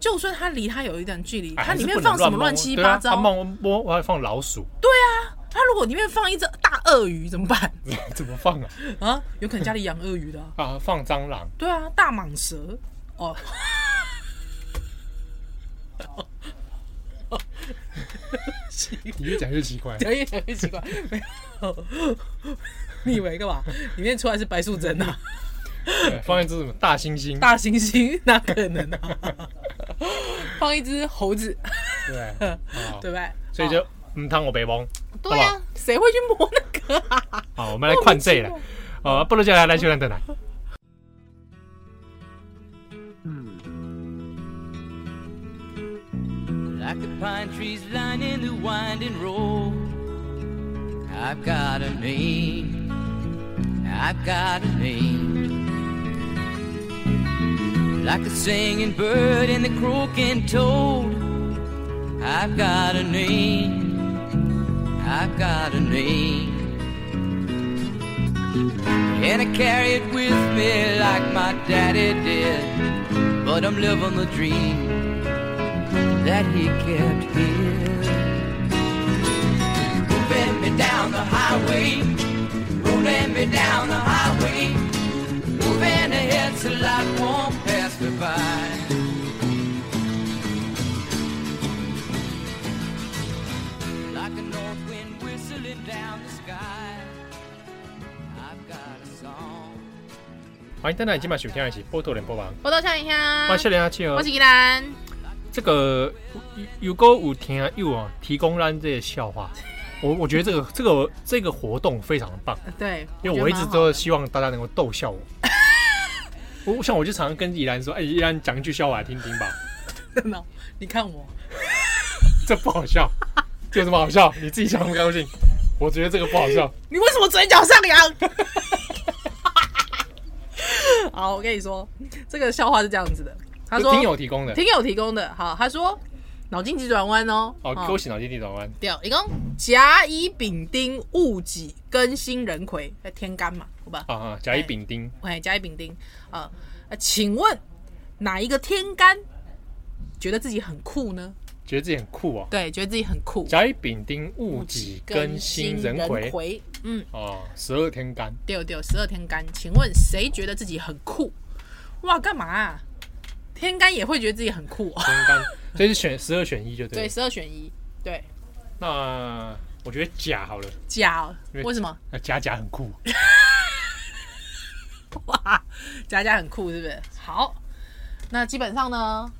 [SPEAKER 2] 就算他离他有一段距离，
[SPEAKER 1] 哎？
[SPEAKER 2] 它
[SPEAKER 1] 还是
[SPEAKER 2] 里
[SPEAKER 1] 不
[SPEAKER 2] 面
[SPEAKER 1] 能
[SPEAKER 2] 放什么
[SPEAKER 1] 摸
[SPEAKER 2] 乱七
[SPEAKER 1] 对啊
[SPEAKER 2] 八糟
[SPEAKER 1] 他？放摸，还放老鼠，
[SPEAKER 2] 对啊，他如果里面放一只大鳄鱼怎么办
[SPEAKER 1] 怎么放啊？
[SPEAKER 2] 啊？有可能家里养鳄鱼的啊，
[SPEAKER 1] 啊，放蟑 螂，
[SPEAKER 2] 对啊，大蟒蛇哦。
[SPEAKER 1] 你越讲越奇怪。
[SPEAKER 2] 有一点奇怪，没有，你以为干嘛？里面出来是白素贞 啊，
[SPEAKER 1] 对放一只什么大猩猩？
[SPEAKER 2] 大猩猩那可能啊，放一只猴子，
[SPEAKER 1] 对，啊
[SPEAKER 2] 对不对？
[SPEAKER 1] 所以就嗯，汤我别蒙。
[SPEAKER 2] 哦对呀、
[SPEAKER 1] 好
[SPEAKER 2] 啊，谁会去摸那个啊？
[SPEAKER 1] 好，我们来看这了。哦，不如就来来修兰等来。
[SPEAKER 3] Like the pine trees lining the winding road. I've got a name. I've got a name. Like the singing bird and the croaking toad. I've got a name. I've got a name. And I carry it with me like my daddy did. But I'm living the dream that he kept here. Moving me down the highway, rolling rolling me down the highway. Moving ahead so life won't pass me by. Like a north wind whistling down the sky. I've got a song.
[SPEAKER 1] 欢迎大家今晚收听的是《波多连播网》，
[SPEAKER 2] 我都笑一下
[SPEAKER 1] 我，是梁庆哦
[SPEAKER 2] 我。是依兰，
[SPEAKER 1] 这个有够有听友哦，提供咱这些笑话，我我觉得这个这个这个活动非常棒，
[SPEAKER 2] 对，
[SPEAKER 1] 因为
[SPEAKER 2] 觉
[SPEAKER 1] 我
[SPEAKER 2] 得
[SPEAKER 1] 一直
[SPEAKER 2] 蛮好
[SPEAKER 1] 都
[SPEAKER 2] 的
[SPEAKER 1] 希望大家能够逗笑我。我像我就常常跟怡兰说，哎、怡兰讲一句笑话来听听吧，
[SPEAKER 2] 真的哦， 你看我，
[SPEAKER 1] 这不好笑，这有什么好笑？你自己想不高兴，我觉得这个不好笑。
[SPEAKER 2] 你为什么嘴角上扬？ 好，我跟你说，这个笑话是这样子的。他
[SPEAKER 1] 就
[SPEAKER 2] 说，
[SPEAKER 1] 听友提供的，
[SPEAKER 2] 听友提供的，好，他说脑筋急转弯哦，
[SPEAKER 1] 哦，勾起脑筋急转弯，
[SPEAKER 2] 掉，一共甲乙丙丁戊己庚辛壬癸，在天干嘛，好吧？
[SPEAKER 1] 啊啊，甲乙丙丁，
[SPEAKER 2] 哎，甲乙丙丁啊、呃，请问哪一个天干觉得自己很酷呢？
[SPEAKER 1] 觉得自己很酷哦。
[SPEAKER 2] 对，觉得自己很酷。
[SPEAKER 1] 甲乙丙丁戊己庚辛壬癸，
[SPEAKER 2] 癸，嗯，
[SPEAKER 1] 哦，十二天干，
[SPEAKER 2] 对对，十二天干，请问谁觉得自己很酷？哇，干嘛、啊？天干也会觉得自己很酷、哦，
[SPEAKER 1] 天干，所以是选十二选一就对
[SPEAKER 2] 对，
[SPEAKER 1] 了。
[SPEAKER 2] 十二选一，对，
[SPEAKER 1] 那我觉得甲好了，
[SPEAKER 2] 甲哦
[SPEAKER 1] 因为
[SPEAKER 2] 为什么？
[SPEAKER 1] 那甲甲很酷，
[SPEAKER 2] 哇，甲甲很酷，是不是？好，那基本上呢，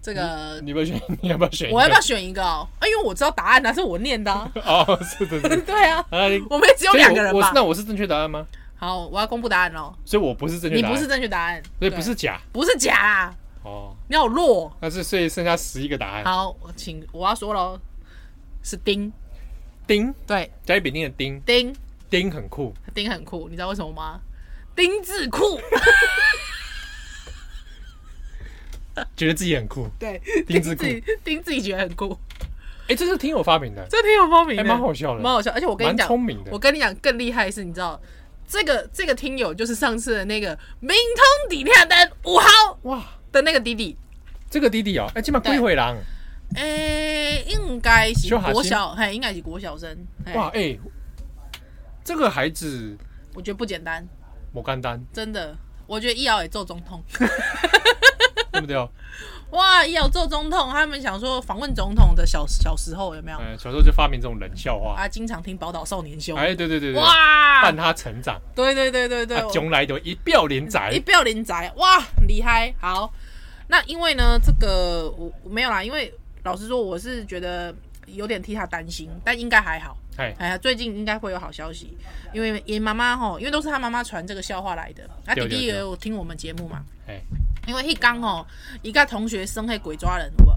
[SPEAKER 2] 这个
[SPEAKER 1] 你要不要选？你要不要选一个？。
[SPEAKER 2] 我要不要选一个哦？啊，因为我知道答案啊，是我念的、啊
[SPEAKER 1] 哦，是的，是的。
[SPEAKER 2] 对啊，
[SPEAKER 1] 啊，你
[SPEAKER 2] 我们也只有
[SPEAKER 1] 所以
[SPEAKER 2] 两个人
[SPEAKER 1] 我我是
[SPEAKER 2] 吧
[SPEAKER 1] 那。我是正确答案吗？
[SPEAKER 2] 好，我要公布答案喽。
[SPEAKER 1] 所以我不是正确
[SPEAKER 2] 你
[SPEAKER 1] 答案，
[SPEAKER 2] 不是正确答案，
[SPEAKER 1] 所以
[SPEAKER 2] 对
[SPEAKER 1] 不是甲
[SPEAKER 2] 不是假啦，
[SPEAKER 1] 哦。
[SPEAKER 2] 你好弱。
[SPEAKER 1] 那是所以剩下十一个答案，
[SPEAKER 2] 好，我请我要说喽，是丁，
[SPEAKER 1] 丁
[SPEAKER 2] 对，
[SPEAKER 1] 甲乙丙丁的丁，
[SPEAKER 2] 丁，
[SPEAKER 1] 丁很酷，
[SPEAKER 2] 丁很酷，你知道为什么吗？丁字裤，
[SPEAKER 1] 觉得自己很酷。
[SPEAKER 2] 对，
[SPEAKER 1] 丁字裤
[SPEAKER 2] 自己， 丁自己觉得很酷，
[SPEAKER 1] 哎，这是听我发明的，
[SPEAKER 2] 这挺有猫名的，
[SPEAKER 1] 还哎蛮好笑的
[SPEAKER 2] 蛮好笑。而且我跟你
[SPEAKER 1] 蛮
[SPEAKER 2] 讲，
[SPEAKER 1] 聪明的
[SPEAKER 2] 我。跟你讲，更厉害的是，你知道这个这个听友就是上次的那个明通底下灯五号
[SPEAKER 1] 哇，
[SPEAKER 2] 的那个弟弟，
[SPEAKER 1] 这个弟弟哦，哎，今晚归回狼
[SPEAKER 2] 诶、哎应该是
[SPEAKER 1] 小哈
[SPEAKER 2] 国
[SPEAKER 1] 星
[SPEAKER 2] 小，嘿，应该是国小生，嘿
[SPEAKER 1] 哇，，哎，这个孩子
[SPEAKER 2] 我觉得不简单，
[SPEAKER 1] 我干 单，
[SPEAKER 2] 真的，我觉得易遥也做总统。
[SPEAKER 1] 对不对哦？
[SPEAKER 2] 哇，也有做总统，他们想说访问总统的小小时候有没有？
[SPEAKER 1] 哎，小时候就发明这种冷笑话，
[SPEAKER 2] 啊，经常听宝岛少年秀。
[SPEAKER 1] 哎，对对对对，
[SPEAKER 2] 哇
[SPEAKER 1] 伴，他成长，
[SPEAKER 2] 对对啊对对对
[SPEAKER 1] 他，啊将来就一表连载
[SPEAKER 2] 一。表人才，哇，很厉害。好，那因为呢，这个我我没有啦，因为老实说，我是觉得有点替他担心，但应该还好。
[SPEAKER 1] 哎，
[SPEAKER 2] 哎呀，最近应该会有好消息，因为爷妈妈吼，因为都是他妈妈传这个笑话来的，啊，
[SPEAKER 1] 对对
[SPEAKER 2] 弟弟也
[SPEAKER 1] 对
[SPEAKER 2] 有听我们节目嘛，
[SPEAKER 1] 哎，
[SPEAKER 2] 因为迄刚吼，伊甲同学生迄鬼抓人有无？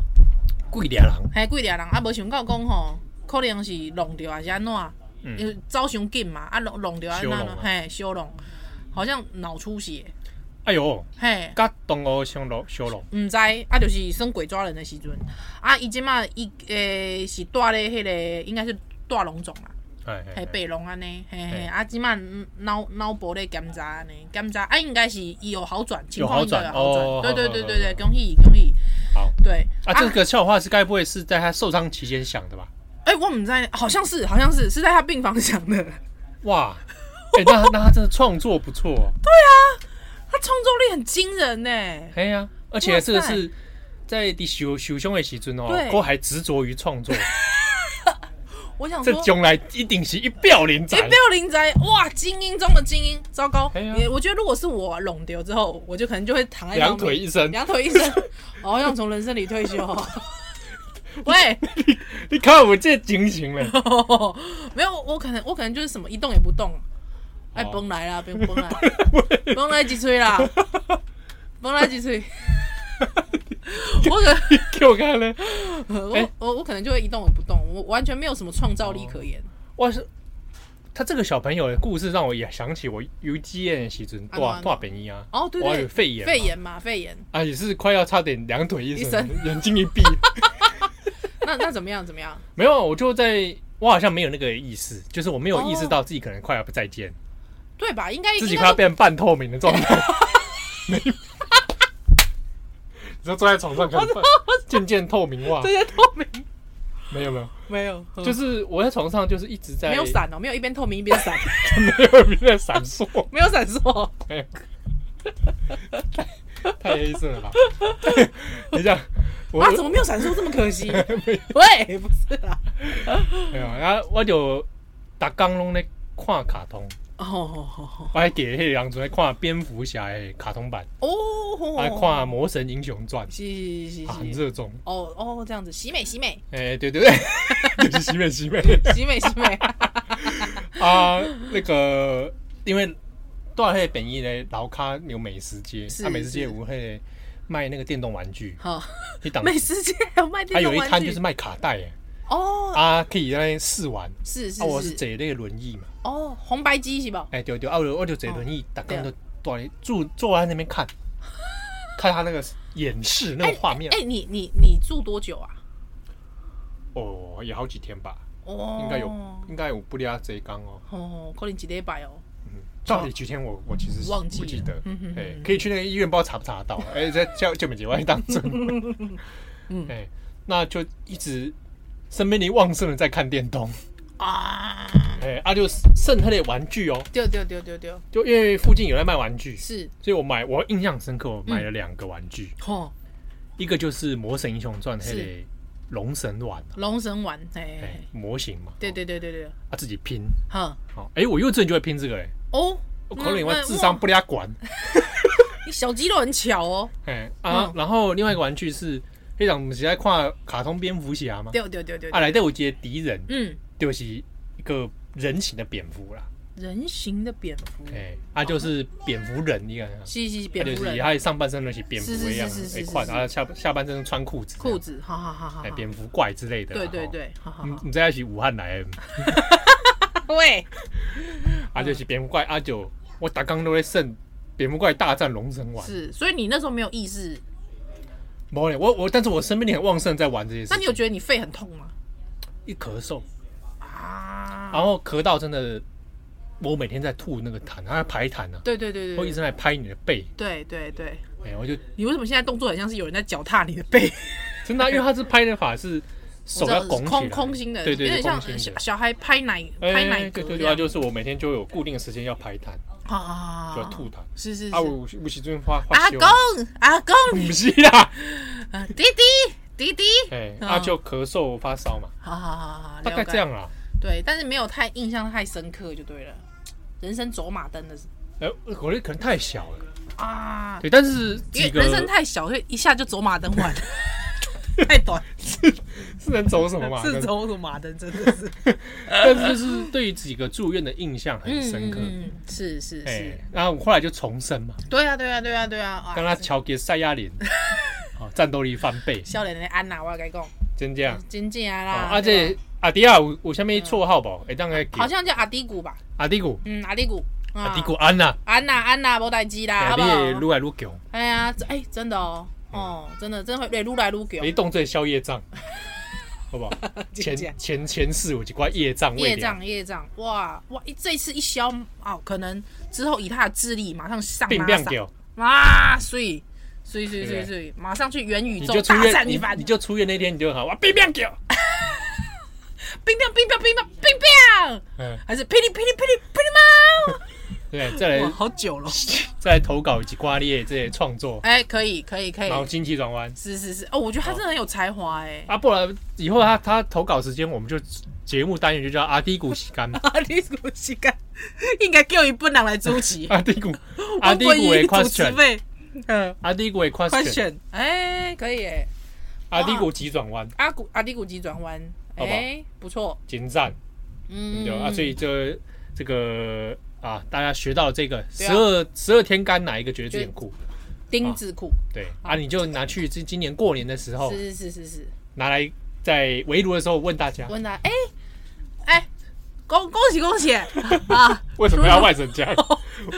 [SPEAKER 1] 贵俩人，
[SPEAKER 2] 嘿，几俩人啊，无想到讲吼，可能是弄着还是安怎，
[SPEAKER 1] 嗯
[SPEAKER 2] 因为走伤紧嘛，啊弄弄着安怎
[SPEAKER 1] 烧弄啊
[SPEAKER 2] 嘿，小弄，好像脑出血，
[SPEAKER 1] 哎呦，
[SPEAKER 2] 嘿，
[SPEAKER 1] 甲同学相落相落，
[SPEAKER 2] 毋知啊，就是算鬼抓人的时阵，啊，伊即马伊诶是住咧迄、个，应该是大龙肿啦，
[SPEAKER 1] 哎
[SPEAKER 2] 嘿，白龙安尼，嘿嘿，
[SPEAKER 1] 嘿
[SPEAKER 2] 啊，即马脑脑部咧检查安尼，检查啊，应该是伊有好转，情
[SPEAKER 1] 有
[SPEAKER 2] 况
[SPEAKER 1] 好
[SPEAKER 2] 应该有
[SPEAKER 1] 转
[SPEAKER 2] 好
[SPEAKER 1] 哦
[SPEAKER 2] 转，对
[SPEAKER 1] 好
[SPEAKER 2] 对
[SPEAKER 1] 好
[SPEAKER 2] 对
[SPEAKER 1] 好
[SPEAKER 2] 对对，
[SPEAKER 1] 好
[SPEAKER 2] 恭喜恭喜，
[SPEAKER 1] 好
[SPEAKER 2] 对
[SPEAKER 1] 啊，这个笑话是该不会是在他受伤期间想的吧？
[SPEAKER 2] 哎、我毋知，好像是好像是是在他病房想的。
[SPEAKER 1] 哇，哎，那 那他真的创作不错哦，
[SPEAKER 2] 他创作力很惊人呢、
[SPEAKER 1] 哎呀，而且这个是在第修修胸的时阵哦
[SPEAKER 2] 对，
[SPEAKER 1] 我还执着于创 作，
[SPEAKER 2] 我想
[SPEAKER 1] 这
[SPEAKER 2] 说，哎
[SPEAKER 1] 将来一定是一表连载
[SPEAKER 2] 一。六零宅哇，精英中的精英，糟糕！
[SPEAKER 1] 哎呀
[SPEAKER 2] 也我觉得如果是我拢丢之后，我就可能就会躺在
[SPEAKER 1] 两
[SPEAKER 2] 旁边
[SPEAKER 1] 腿一伸，
[SPEAKER 2] 两腿一伸， 好想从人生里退休。喂，
[SPEAKER 1] 你看我这情形了，
[SPEAKER 2] 没有，我可能我可能就是什么一动也不动，哎，
[SPEAKER 1] 哦
[SPEAKER 2] 崩来啦，不用崩来， 崩来几吹啦，崩来 几吹。我可
[SPEAKER 1] 给我看嘞，
[SPEAKER 2] 我
[SPEAKER 1] 哎
[SPEAKER 2] 我我可能就会一动也不动，我完全没有什么创造力可言。
[SPEAKER 1] 哇是。他这个小朋友的故事让我也想起我游击宴的时阵，
[SPEAKER 2] 怎么
[SPEAKER 1] 大大便宜啊，
[SPEAKER 2] 哦，对
[SPEAKER 1] 我还
[SPEAKER 2] 对，
[SPEAKER 1] 有肺炎嘛
[SPEAKER 2] 肺炎嘛，肺炎。
[SPEAKER 1] 啊，也是快要差点两腿一
[SPEAKER 2] 一
[SPEAKER 1] 伸
[SPEAKER 2] 伸，
[SPEAKER 1] 眼睛一闭，
[SPEAKER 2] 那那怎么样？怎么样？
[SPEAKER 1] 没有，我就在，我好像没有那个意识，就是我没有
[SPEAKER 2] 哦
[SPEAKER 1] 意识到自己可能快要不再见，
[SPEAKER 2] 对吧？应该
[SPEAKER 1] 自己
[SPEAKER 2] 应
[SPEAKER 1] 快要
[SPEAKER 2] 该
[SPEAKER 1] 变半透明的状 态。没， 你就坐在床上看，渐渐透明化
[SPEAKER 2] 这。些透明。
[SPEAKER 1] 没有没有，
[SPEAKER 2] 没有，
[SPEAKER 1] 就是是我在床上就是一直在
[SPEAKER 2] 没有，闪哦，没有一边透明一边闪，
[SPEAKER 1] 没有人在闪 烁，
[SPEAKER 2] 没有闪烁。
[SPEAKER 1] 没有，太太黑色 了吧？你讲我
[SPEAKER 2] 啊，怎么没有闪烁这么可 惜？喂，不是啦。
[SPEAKER 1] 没有，然后啊我就打刚拢咧看卡通，
[SPEAKER 2] 哦
[SPEAKER 1] 我还给迄两出来看蝙蝠侠的卡通版，
[SPEAKER 2] 哦，
[SPEAKER 1] 还看《魔神英雄传》
[SPEAKER 2] 是是
[SPEAKER 1] 啊，很
[SPEAKER 2] 是是。
[SPEAKER 1] 热衷。
[SPEAKER 2] 哦哦，这样子，喜美 喜美
[SPEAKER 1] 哎、对对 对，就是西美西美
[SPEAKER 2] 喜美喜美，
[SPEAKER 1] 啊，那个因为住迄本意呢，老卡有美食街，
[SPEAKER 2] 是
[SPEAKER 1] 啊，美食街
[SPEAKER 2] 是
[SPEAKER 1] 有迄卖那个电动玩具，
[SPEAKER 2] 好，
[SPEAKER 1] 一 档
[SPEAKER 2] 美食街还有卖
[SPEAKER 1] 还
[SPEAKER 2] 电
[SPEAKER 1] 有
[SPEAKER 2] 动
[SPEAKER 1] 一
[SPEAKER 2] 玩
[SPEAKER 1] 摊就是
[SPEAKER 2] 具
[SPEAKER 1] 卖卡带，哎
[SPEAKER 2] 哦，
[SPEAKER 1] 啊，可以在那边试玩。
[SPEAKER 2] 是是
[SPEAKER 1] 啊，我是坐
[SPEAKER 2] 是，
[SPEAKER 1] 那个轮椅嘛，
[SPEAKER 2] 哦，红白机是吧？
[SPEAKER 1] 哎、对对，啊，我就我就坐轮椅，大
[SPEAKER 2] 哦对
[SPEAKER 1] 刚就坐在坐坐在那边 看，看他那个演示那
[SPEAKER 2] 哎
[SPEAKER 1] 个画面，
[SPEAKER 2] 哎，哎你你你住多久啊？
[SPEAKER 1] 哦，也好几天吧，
[SPEAKER 2] 哦，
[SPEAKER 1] 应该有，应该有不了这一缸哦。
[SPEAKER 2] 哦，可能几礼拜哦。
[SPEAKER 1] 嗯，到底几天我我其实
[SPEAKER 2] 忘记
[SPEAKER 1] 不记得
[SPEAKER 2] 了嗯哼，
[SPEAKER 1] 哎，可以去那个医院，不知道查不查得到，哎，在叫叫美姐外当真，
[SPEAKER 2] 嗯
[SPEAKER 1] 哎，那就一直生命力旺盛的在看电动，
[SPEAKER 2] 啊，
[SPEAKER 1] 哎，啊就剩他的玩具哦，
[SPEAKER 2] 对对对对对，
[SPEAKER 1] 就因为附近有在卖玩具，
[SPEAKER 2] 是，
[SPEAKER 1] 所以我买，我印象深刻，我买了两个玩具，
[SPEAKER 2] 吼，
[SPEAKER 1] 一个就是《魔神英雄传》
[SPEAKER 2] 是
[SPEAKER 1] 那个龙神丸，
[SPEAKER 2] 龙神丸，哎哎，
[SPEAKER 1] 哎
[SPEAKER 2] 哎，
[SPEAKER 1] 模型嘛，
[SPEAKER 2] 对对
[SPEAKER 1] 哦，
[SPEAKER 2] 对对对，
[SPEAKER 1] 他自己拼，
[SPEAKER 2] 哈，
[SPEAKER 1] 好，哎，我幼稚园就会拼这个，哎，
[SPEAKER 2] 哦，
[SPEAKER 1] 我可能
[SPEAKER 2] 那
[SPEAKER 1] 我
[SPEAKER 2] 那
[SPEAKER 1] 智商
[SPEAKER 2] 哇
[SPEAKER 1] 不俩 管。
[SPEAKER 2] 你小肌肉很巧哦，
[SPEAKER 1] 哎啊，
[SPEAKER 2] 嗯
[SPEAKER 1] 然后另外一个玩具是黑长，我们是在看卡通蝙蝠侠嘛，
[SPEAKER 2] 对对对对，
[SPEAKER 1] 啊，
[SPEAKER 2] 对
[SPEAKER 1] 来对我接敌人
[SPEAKER 2] 嗯，
[SPEAKER 1] 就是一个人形的蝙蝠啦，
[SPEAKER 2] 人形的蝙蝠，
[SPEAKER 1] 哎，啊就是蝙蝠人一个，
[SPEAKER 2] 是是
[SPEAKER 1] 他
[SPEAKER 2] 是嗯
[SPEAKER 1] 啊
[SPEAKER 2] 蝙
[SPEAKER 1] 就
[SPEAKER 2] 蝠
[SPEAKER 1] 是
[SPEAKER 2] 人，
[SPEAKER 1] 他上半身都是蝙蝠一样
[SPEAKER 2] 是是是是
[SPEAKER 1] 一
[SPEAKER 2] 是
[SPEAKER 1] 块，
[SPEAKER 2] 是
[SPEAKER 1] 然后下下半身穿裤子，
[SPEAKER 2] 裤，子，哈哈哈哈
[SPEAKER 1] 哎，
[SPEAKER 2] 哈，
[SPEAKER 1] 蝙蝠怪之类的，
[SPEAKER 2] 对对，啊对，哈哈
[SPEAKER 1] 嗯，
[SPEAKER 2] 哈，
[SPEAKER 1] 你在一起武汉来的，
[SPEAKER 2] 喂，
[SPEAKER 1] 啊就是蝙蝠怪，啊就我打刚都在胜。蝙蝠怪大战龙神丸，
[SPEAKER 2] 是，所以你那时候没有意识，
[SPEAKER 1] 没嘞，我我，但是我生命力很旺盛，在玩这些事情。
[SPEAKER 2] 那你有觉得你肺很痛吗？
[SPEAKER 1] 一咳嗽，
[SPEAKER 2] 啊，
[SPEAKER 1] 然后咳到真的，我每天在吐那个痰，它在排痰啊，
[SPEAKER 2] 对对对
[SPEAKER 1] 会一
[SPEAKER 2] 对
[SPEAKER 1] 直
[SPEAKER 2] 对，
[SPEAKER 1] 在拍你的背，
[SPEAKER 2] 对对对，
[SPEAKER 1] 哎、我就
[SPEAKER 2] 你为什么现在动作很像是有人在脚踏你的背？
[SPEAKER 1] 真 的啊、因为它是拍的法是 手要拱起来，
[SPEAKER 2] 空空心的，
[SPEAKER 1] 对对
[SPEAKER 2] 有
[SPEAKER 1] 对，
[SPEAKER 2] 点像
[SPEAKER 1] 空心
[SPEAKER 2] 小
[SPEAKER 1] 的。
[SPEAKER 2] 小孩拍奶
[SPEAKER 1] 哎
[SPEAKER 2] 拍奶
[SPEAKER 1] 对
[SPEAKER 2] 嗝
[SPEAKER 1] 对
[SPEAKER 2] 这
[SPEAKER 1] 对啊，
[SPEAKER 2] 样
[SPEAKER 1] 就是我每天就有固定的时间要排痰，
[SPEAKER 2] 啊，
[SPEAKER 1] 就要吐痰。
[SPEAKER 2] 是是是
[SPEAKER 1] 啊，，我啊我其中发发
[SPEAKER 2] 阿
[SPEAKER 1] 烧
[SPEAKER 2] 公阿公
[SPEAKER 1] 不是啦，
[SPEAKER 2] 啊弟弟弟弟，
[SPEAKER 1] 嗯哎、
[SPEAKER 2] 嗯
[SPEAKER 1] 啊就咳嗽发烧嘛，
[SPEAKER 2] 好好好好，好
[SPEAKER 1] 大概这，
[SPEAKER 2] 了
[SPEAKER 1] 样啦。
[SPEAKER 2] 解对，但是没有太印象太深刻就对了，人生走马灯的是
[SPEAKER 1] 哎、我觉得可能太小了，
[SPEAKER 2] 啊，
[SPEAKER 1] 对，但是
[SPEAKER 2] 因为
[SPEAKER 1] 几个
[SPEAKER 2] 人生太小，所以一下就走马灯完， 太短，
[SPEAKER 1] 是能走什么嘛？
[SPEAKER 2] 是走什么马灯，真的是
[SPEAKER 1] 但是就是对于几个住院的印象 很深刻。
[SPEAKER 2] 嗯，嗯嗯是是
[SPEAKER 1] 哎、
[SPEAKER 2] 是，
[SPEAKER 1] 然后我后来就重生嘛，
[SPEAKER 2] 对啊对啊对啊对啊，啊
[SPEAKER 1] 跟他乔给塞亚 林，哦，战斗力翻倍，
[SPEAKER 2] 笑脸的安娜，我跟你讲，
[SPEAKER 1] 真这样。
[SPEAKER 2] 真正的
[SPEAKER 1] 哦
[SPEAKER 2] 啦，
[SPEAKER 1] 啊，
[SPEAKER 2] 对吧嗯
[SPEAKER 1] 这阿迪亚有有啥物绰号无？会当来给
[SPEAKER 2] 好像叫阿迪古吧？
[SPEAKER 1] 阿迪古，
[SPEAKER 2] 嗯，阿迪古，啊
[SPEAKER 1] 阿迪古，安呐，
[SPEAKER 2] 安娜，安娜，无代志啦，
[SPEAKER 1] 哎
[SPEAKER 2] 好
[SPEAKER 1] 你
[SPEAKER 2] 不
[SPEAKER 1] 会
[SPEAKER 2] 好？
[SPEAKER 1] 愈来愈强，
[SPEAKER 2] 哎呀，这哎，真的哦，哦，真的，真的会撸来撸去哦
[SPEAKER 1] 你，动这宵夜 账，好不好？
[SPEAKER 2] 真的
[SPEAKER 1] 前前前世有一块业障未
[SPEAKER 2] 业
[SPEAKER 1] 了，
[SPEAKER 2] 障，业障，哇哇！一这一次一消哦，可能之后以他的智力，马上上
[SPEAKER 1] 病
[SPEAKER 2] 拉
[SPEAKER 1] 变
[SPEAKER 2] 萨
[SPEAKER 1] 掉，
[SPEAKER 2] 啊，所以，所以，所以，所
[SPEAKER 1] 对
[SPEAKER 2] 以，
[SPEAKER 1] 不对
[SPEAKER 2] 所以，马上去元宇
[SPEAKER 1] 你
[SPEAKER 2] 宙
[SPEAKER 1] 就出
[SPEAKER 2] 大
[SPEAKER 1] 院，
[SPEAKER 2] 战一
[SPEAKER 1] 你
[SPEAKER 2] 番，
[SPEAKER 1] 你就出院那天你就好，哇，病变掉，
[SPEAKER 2] 冰冰冰冰冰冰冰冰，
[SPEAKER 1] 嗯，
[SPEAKER 2] 还是霹雳霹雳霹雳霹
[SPEAKER 1] 对，再
[SPEAKER 2] 雳猫？哇，
[SPEAKER 1] 来
[SPEAKER 2] 好久了，
[SPEAKER 1] 再来投稿几瓜列这些创作，
[SPEAKER 2] 哎，可以，可以，可以
[SPEAKER 1] 然，后经济转弯
[SPEAKER 2] 是是是，哦，我觉得他真的很有才华，哎，
[SPEAKER 1] 啊，不然以后他他投稿时间我们就节目单元就叫阿迪古洗干 嘛。，
[SPEAKER 2] 阿迪古膝盖应该叫一本人来主持
[SPEAKER 1] 阿迪古，阿
[SPEAKER 2] 王
[SPEAKER 1] 迪
[SPEAKER 2] 国
[SPEAKER 1] 古的
[SPEAKER 2] 瑜主持
[SPEAKER 1] question，
[SPEAKER 2] 费。嗯
[SPEAKER 1] 阿迪古的 question，
[SPEAKER 2] ，question，哎、可以哎，
[SPEAKER 1] 阿迪古急转弯，
[SPEAKER 2] 阿古阿迪古急转弯，哎、
[SPEAKER 1] 好吧
[SPEAKER 2] 不错，
[SPEAKER 1] 紧赞，
[SPEAKER 2] 嗯，
[SPEAKER 1] 对吧啊，所以这这个啊，大家学到了这个十
[SPEAKER 2] 对啊
[SPEAKER 1] 二十二天干哪一个觉得自己很酷？
[SPEAKER 2] 丁字裤，
[SPEAKER 1] 对啊，你就拿去今今年过年的时候
[SPEAKER 2] 是是是是是，
[SPEAKER 1] 拿来在围炉的时候问大家，
[SPEAKER 2] 问他，哎、哎，恭恭喜恭喜啊！
[SPEAKER 1] 为什么要外省家？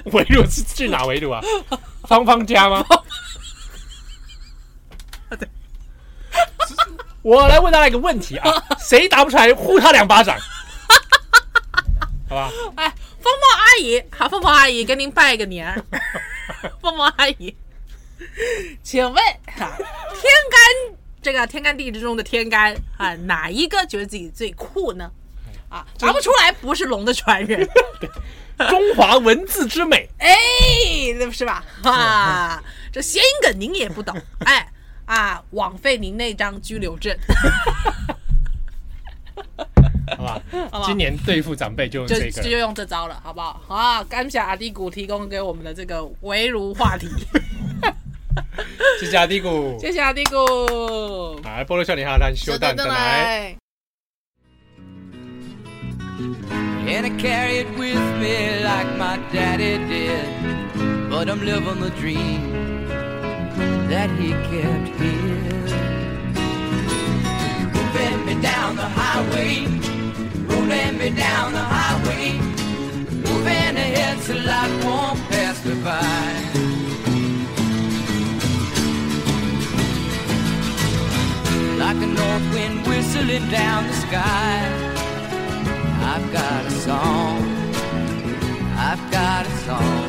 [SPEAKER 1] 围炉是去哪围炉啊？芳芳家吗？我来问大家一个问题啊，谁答不出来，呼他两巴掌，好吧？
[SPEAKER 2] 哎，凤凰阿姨，好，凤凰阿姨跟您拜个年儿，凤凰阿姨，请问、啊、天干这个天干地支中的天干啊，哪一个觉得自己最酷呢？啊，答不出来不是龙的传人，
[SPEAKER 1] 中华文字之美，
[SPEAKER 2] 哎，那是吧？啊，这谐音梗您也不懂，哎啊，枉费您那张居留证，
[SPEAKER 1] 好吧
[SPEAKER 2] 好吧？
[SPEAKER 1] 今年对付长辈就用
[SPEAKER 2] 就
[SPEAKER 1] 这
[SPEAKER 2] 就
[SPEAKER 1] 个，
[SPEAKER 2] 用这招了，好不好？啊，感谢阿迪古提供给我们的这个围炉话题，
[SPEAKER 1] 谢谢阿迪古，
[SPEAKER 2] 谢谢阿迪古，
[SPEAKER 1] 啊，菠萝少年哈兰修蛋蛋来，
[SPEAKER 3] And I carry it with me like my daddy did. But I'm living the dream that he kept here. Moving me down the highway, rolling me down the highway. Moving ahead so life won't pass me by. Like a north wind whistling down the sky. I've got a song. I've got a song.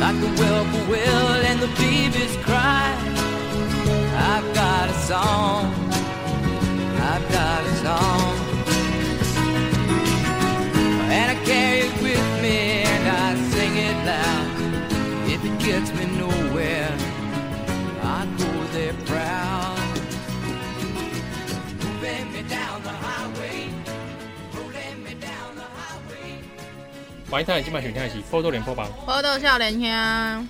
[SPEAKER 3] Like the whippoorwill and the beavers cry. I've got a song. I've got a song. And I carry it with me and I sing it loud. If it gets me nowhere, I go there proud moving me down the highway, rolling me down the highway.
[SPEAKER 1] 欢迎大家今晚收听的是《波多连播榜》，
[SPEAKER 2] 波豆笑脸兄，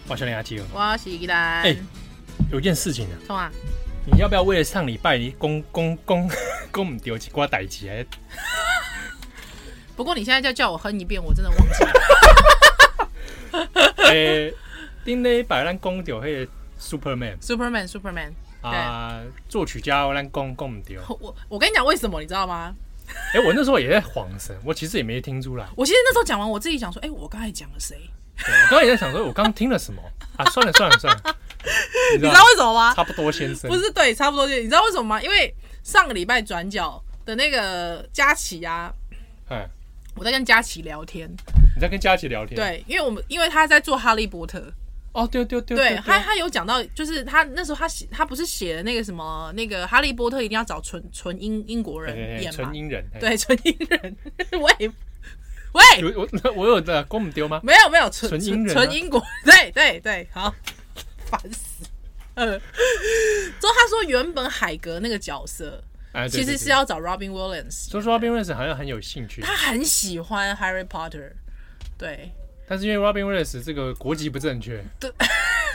[SPEAKER 1] 我是少年阿基尔。
[SPEAKER 2] 我是依兰，
[SPEAKER 1] 哎有件事情啊，
[SPEAKER 2] 冲啊！
[SPEAKER 1] 你要不要为了上礼拜你公公 公公唔丢一挂代志啊来
[SPEAKER 2] 不过你现在再叫我哼一遍，我真的忘记 了。
[SPEAKER 1] 诶，欸顶礼拜咱讲到迄个 Superman
[SPEAKER 2] Superman Superman，
[SPEAKER 1] 啊，作曲家咱讲讲唔到。
[SPEAKER 2] 我我跟你讲为什么，你知道吗？
[SPEAKER 1] 诶，我那时候也在恍神，我其实也没听出来。
[SPEAKER 2] 我其实那时候讲完，我自己想说，哎、我刚才讲了 谁？
[SPEAKER 1] 对我刚刚也在想说，我刚听了什么啊？算了算了算 了，你
[SPEAKER 2] 你知道为什么吗？
[SPEAKER 1] 差不多先生
[SPEAKER 2] 不是对，差不多就你知道为什么吗？因为上个礼拜转角的那个佳琪啊，
[SPEAKER 1] 哎，
[SPEAKER 2] 我在跟佳琪聊天，
[SPEAKER 1] 你在跟佳琪聊天？
[SPEAKER 2] 对，因为我们因为他在做《哈利波特》，
[SPEAKER 1] 哦，对对对
[SPEAKER 2] 对
[SPEAKER 1] 对，
[SPEAKER 2] 他他有讲到，就是他那时候他写他不是写的那个什么那个《哈利波特》一定要找纯纯英英国人
[SPEAKER 1] 哎哎哎
[SPEAKER 2] 演嘛
[SPEAKER 1] 纯，英人。哎，
[SPEAKER 2] 对，纯英人， 喂喂，
[SPEAKER 1] 有我我有的公唔丢吗？
[SPEAKER 2] 没有没有纯
[SPEAKER 1] 纯英人啊
[SPEAKER 2] 纯英国，对对对，好，烦死。呃， 之后他说原本海格那个角色
[SPEAKER 1] 哎，对
[SPEAKER 2] 其实是。要找 Robin Williams，
[SPEAKER 1] 说说 Robin Williams 好像很有兴趣，
[SPEAKER 2] 他很喜欢 Harry Potter，对
[SPEAKER 1] 但是因为 Robin Williams 这个国籍不正确，
[SPEAKER 2] 对，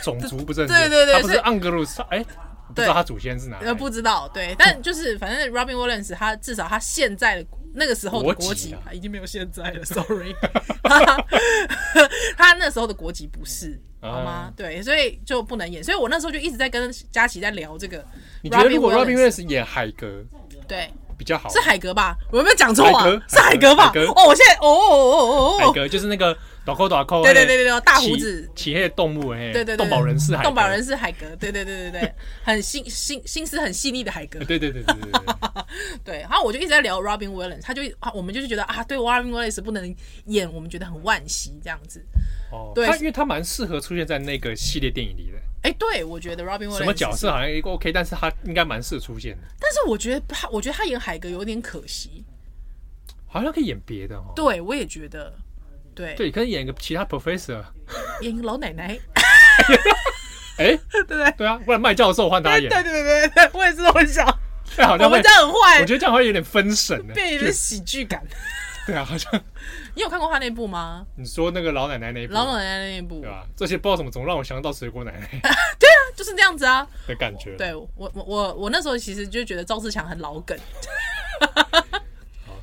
[SPEAKER 1] 种族不正确，
[SPEAKER 2] 对对对
[SPEAKER 1] 他不是
[SPEAKER 2] 所以
[SPEAKER 1] 盎格鲁撒，哎，我不知
[SPEAKER 2] 对
[SPEAKER 1] 道他祖先是哪里
[SPEAKER 2] 呃，不知道，对，但就是反正 Robin Williams 他至少他现在的那个时候的
[SPEAKER 1] 国
[SPEAKER 2] 国
[SPEAKER 1] 籍
[SPEAKER 2] 籍
[SPEAKER 1] 啊
[SPEAKER 2] 已经没有现在了，sorry，他 他那时候的国籍不是。
[SPEAKER 1] 啊
[SPEAKER 2] 好吗？对，所以就不能演，所以我那时候就一直在跟佳琪在聊这个。
[SPEAKER 1] 你觉得如果 Robin
[SPEAKER 2] Robin Williams-
[SPEAKER 1] Williams 演海格
[SPEAKER 2] 对
[SPEAKER 1] 比较好？
[SPEAKER 2] 是海格吧？我有没有讲错
[SPEAKER 1] 海
[SPEAKER 2] 啊
[SPEAKER 1] 格？
[SPEAKER 2] 是海格吧
[SPEAKER 1] 海格？
[SPEAKER 2] 哦，我现在哦哦哦哦
[SPEAKER 1] 海
[SPEAKER 2] 哦哦，
[SPEAKER 1] 格就是那个短扣短哎扣，
[SPEAKER 2] 对对对对对大胡子
[SPEAKER 1] 骑，企业动物哎，
[SPEAKER 2] 对对对，
[SPEAKER 1] 动保人士海格，
[SPEAKER 2] 动保人士海格，对对对对对，很心心心思很细腻的海格
[SPEAKER 1] 呃，。对对对对对对 对，
[SPEAKER 2] 对，然后我就一直在聊 Robin Williams，他就啊，我们就是觉得啊，对 Robin Williams 不能演，我们觉得很惋惜这样子。
[SPEAKER 1] 哦，
[SPEAKER 2] 对
[SPEAKER 1] 他因为他蛮适合出现在那个系列电影里的，
[SPEAKER 2] 哎，对，我觉得 Robin Williams
[SPEAKER 1] 什么角
[SPEAKER 2] 是
[SPEAKER 1] 色？啊好像也 OK，但是他应该蛮适合出现的，
[SPEAKER 2] 但是我觉得他，我觉得他演海格有点可惜。
[SPEAKER 1] 好像可以演别的哦。
[SPEAKER 2] 对，我也觉得，对，
[SPEAKER 1] 对，可以演一个其他 professor，
[SPEAKER 2] 演一个老奶 奶，
[SPEAKER 1] 哎，
[SPEAKER 2] 对不对？
[SPEAKER 1] 对啊，不然麦教授换他
[SPEAKER 2] 对
[SPEAKER 1] 演，
[SPEAKER 2] 对对对对，我也是这么想。
[SPEAKER 1] 哎好
[SPEAKER 2] 我
[SPEAKER 1] 像会
[SPEAKER 2] 们这，样很坏
[SPEAKER 1] 我觉，得这样会有点分神呢。
[SPEAKER 2] 变有点喜剧感。
[SPEAKER 1] 对啊，好像
[SPEAKER 2] 你有看过他那部吗？
[SPEAKER 1] 你说那个老奶奶那一部，
[SPEAKER 2] 老奶奶那一部
[SPEAKER 1] 对，啊吧？这些不知道怎么总让我想到水果奶奶
[SPEAKER 2] 就是这样子啊。
[SPEAKER 1] 的感觉。
[SPEAKER 2] 对我我我我那时候其实就觉得赵志强很老梗，
[SPEAKER 1] 嗯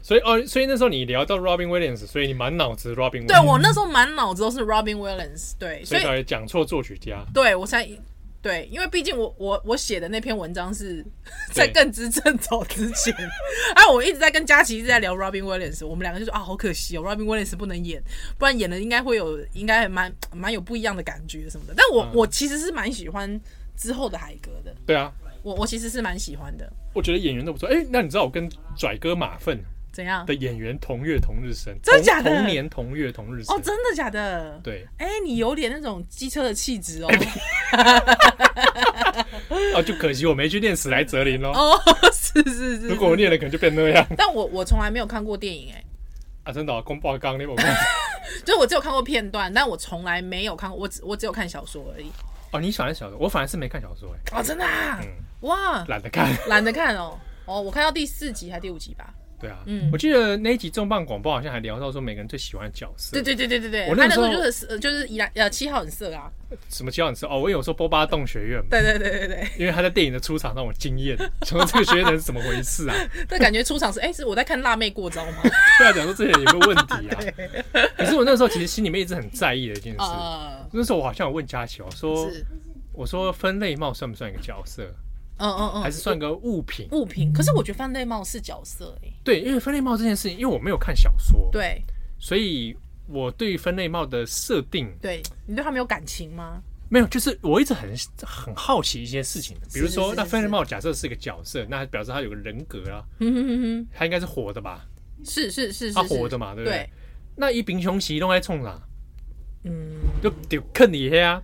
[SPEAKER 1] 所以哦，所以那时候你聊到 Robin Williams，所以你满脑子 Robin Williams，
[SPEAKER 2] 对我那时候满脑子都是 Robin Williams，对，
[SPEAKER 1] 所
[SPEAKER 2] 所
[SPEAKER 1] 以
[SPEAKER 2] 以
[SPEAKER 1] 才讲错作曲家。
[SPEAKER 2] 对我才对，因为毕竟我我我写的那篇文章是在
[SPEAKER 1] 对
[SPEAKER 2] 更之正走之前， 哎、啊，我一直在跟佳琪一直在聊 Robin Williams，我们两个就说啊，好可惜哦，Robin Williams 不能演，不然演了应该会有应该蛮蛮有不一样的感觉什么的。但
[SPEAKER 1] 嗯
[SPEAKER 2] 我、我其实是蛮喜欢之后的海格的，
[SPEAKER 1] 对啊，
[SPEAKER 2] 我我其实是蛮喜欢的。
[SPEAKER 1] 我觉得演员都不错。哎、那你知道我跟拽哥马粪
[SPEAKER 2] 怎样
[SPEAKER 1] 的？演员同月同日生，
[SPEAKER 2] 真
[SPEAKER 1] 同
[SPEAKER 2] 假的
[SPEAKER 1] 同年同月同日生。
[SPEAKER 2] 哦，真的假的？
[SPEAKER 1] 对，
[SPEAKER 2] 哎、你有点那种机车的气质哦。
[SPEAKER 1] 哦，就可惜我没去练史莱哲林咯。
[SPEAKER 2] 哦， 是是是
[SPEAKER 1] 如。果我练了，可能就变那样
[SPEAKER 2] 但我我从来没有看过电影、欸，
[SPEAKER 1] 啊！真的、哦，公爆刚那我看。
[SPEAKER 2] 就是我只有看过片段，但我从来没有看过，我只我只有看小说而已。
[SPEAKER 1] 哦，你喜欢小说，我反而是没看小说，哎，
[SPEAKER 2] 哦，真的、啊
[SPEAKER 1] 嗯
[SPEAKER 2] 哇，
[SPEAKER 1] 懒得看。
[SPEAKER 2] 懒得看哦。哦，我看到第四集还第五集吧？
[SPEAKER 1] 对啊，
[SPEAKER 2] 嗯
[SPEAKER 1] 我记得那一集重磅广播好像还聊到说每个人最喜欢的角色，
[SPEAKER 2] 对对对对对对，
[SPEAKER 1] 我
[SPEAKER 2] 他
[SPEAKER 1] 那
[SPEAKER 2] 那时
[SPEAKER 1] 时
[SPEAKER 2] 候
[SPEAKER 1] 候
[SPEAKER 2] 就是呃就是依然呃七号很色啊，
[SPEAKER 1] 什么角色？哦，我有说波巴洞学院嘛，
[SPEAKER 2] 对对对对对，
[SPEAKER 1] 因为他在电影的出场让我惊艳，想说这个学院是怎么回事啊？
[SPEAKER 2] 但感觉出场是哎、是我在看辣妹过招 吗？
[SPEAKER 1] 对啊，讲说这些人有没有问题 啊？可是我那时候其实心里面一直很在意的一件事，
[SPEAKER 2] 呃，
[SPEAKER 1] 那时候我好像有问佳琪，我哦说
[SPEAKER 2] 是，
[SPEAKER 1] 我说分类帽算不算一个角色，
[SPEAKER 2] 嗯嗯嗯，
[SPEAKER 1] 还是算个物品？
[SPEAKER 2] 物品？可是我觉得范类帽是角色哎、
[SPEAKER 1] 对，因为分类帽这件事情，因为我没有看小说，，
[SPEAKER 2] 对
[SPEAKER 1] 所以我对分类帽的设定
[SPEAKER 2] 对，你对他没有感情吗？
[SPEAKER 1] 没有，就是我一直很很好奇一些事情，比如
[SPEAKER 2] 是
[SPEAKER 1] 说
[SPEAKER 2] 是
[SPEAKER 1] 那
[SPEAKER 2] 是
[SPEAKER 1] 分类帽假设是个角色，那表示他有个人格啊，
[SPEAKER 2] 嗯哼哼哼，
[SPEAKER 1] 他应该是活的吧？
[SPEAKER 2] 嗯是是是是，
[SPEAKER 1] 他
[SPEAKER 2] 是
[SPEAKER 1] 活着嘛，对不
[SPEAKER 2] 对
[SPEAKER 1] 对？？那一平雄奇弄在冲啥？
[SPEAKER 2] 嗯，
[SPEAKER 1] 就丢坑你黑啊！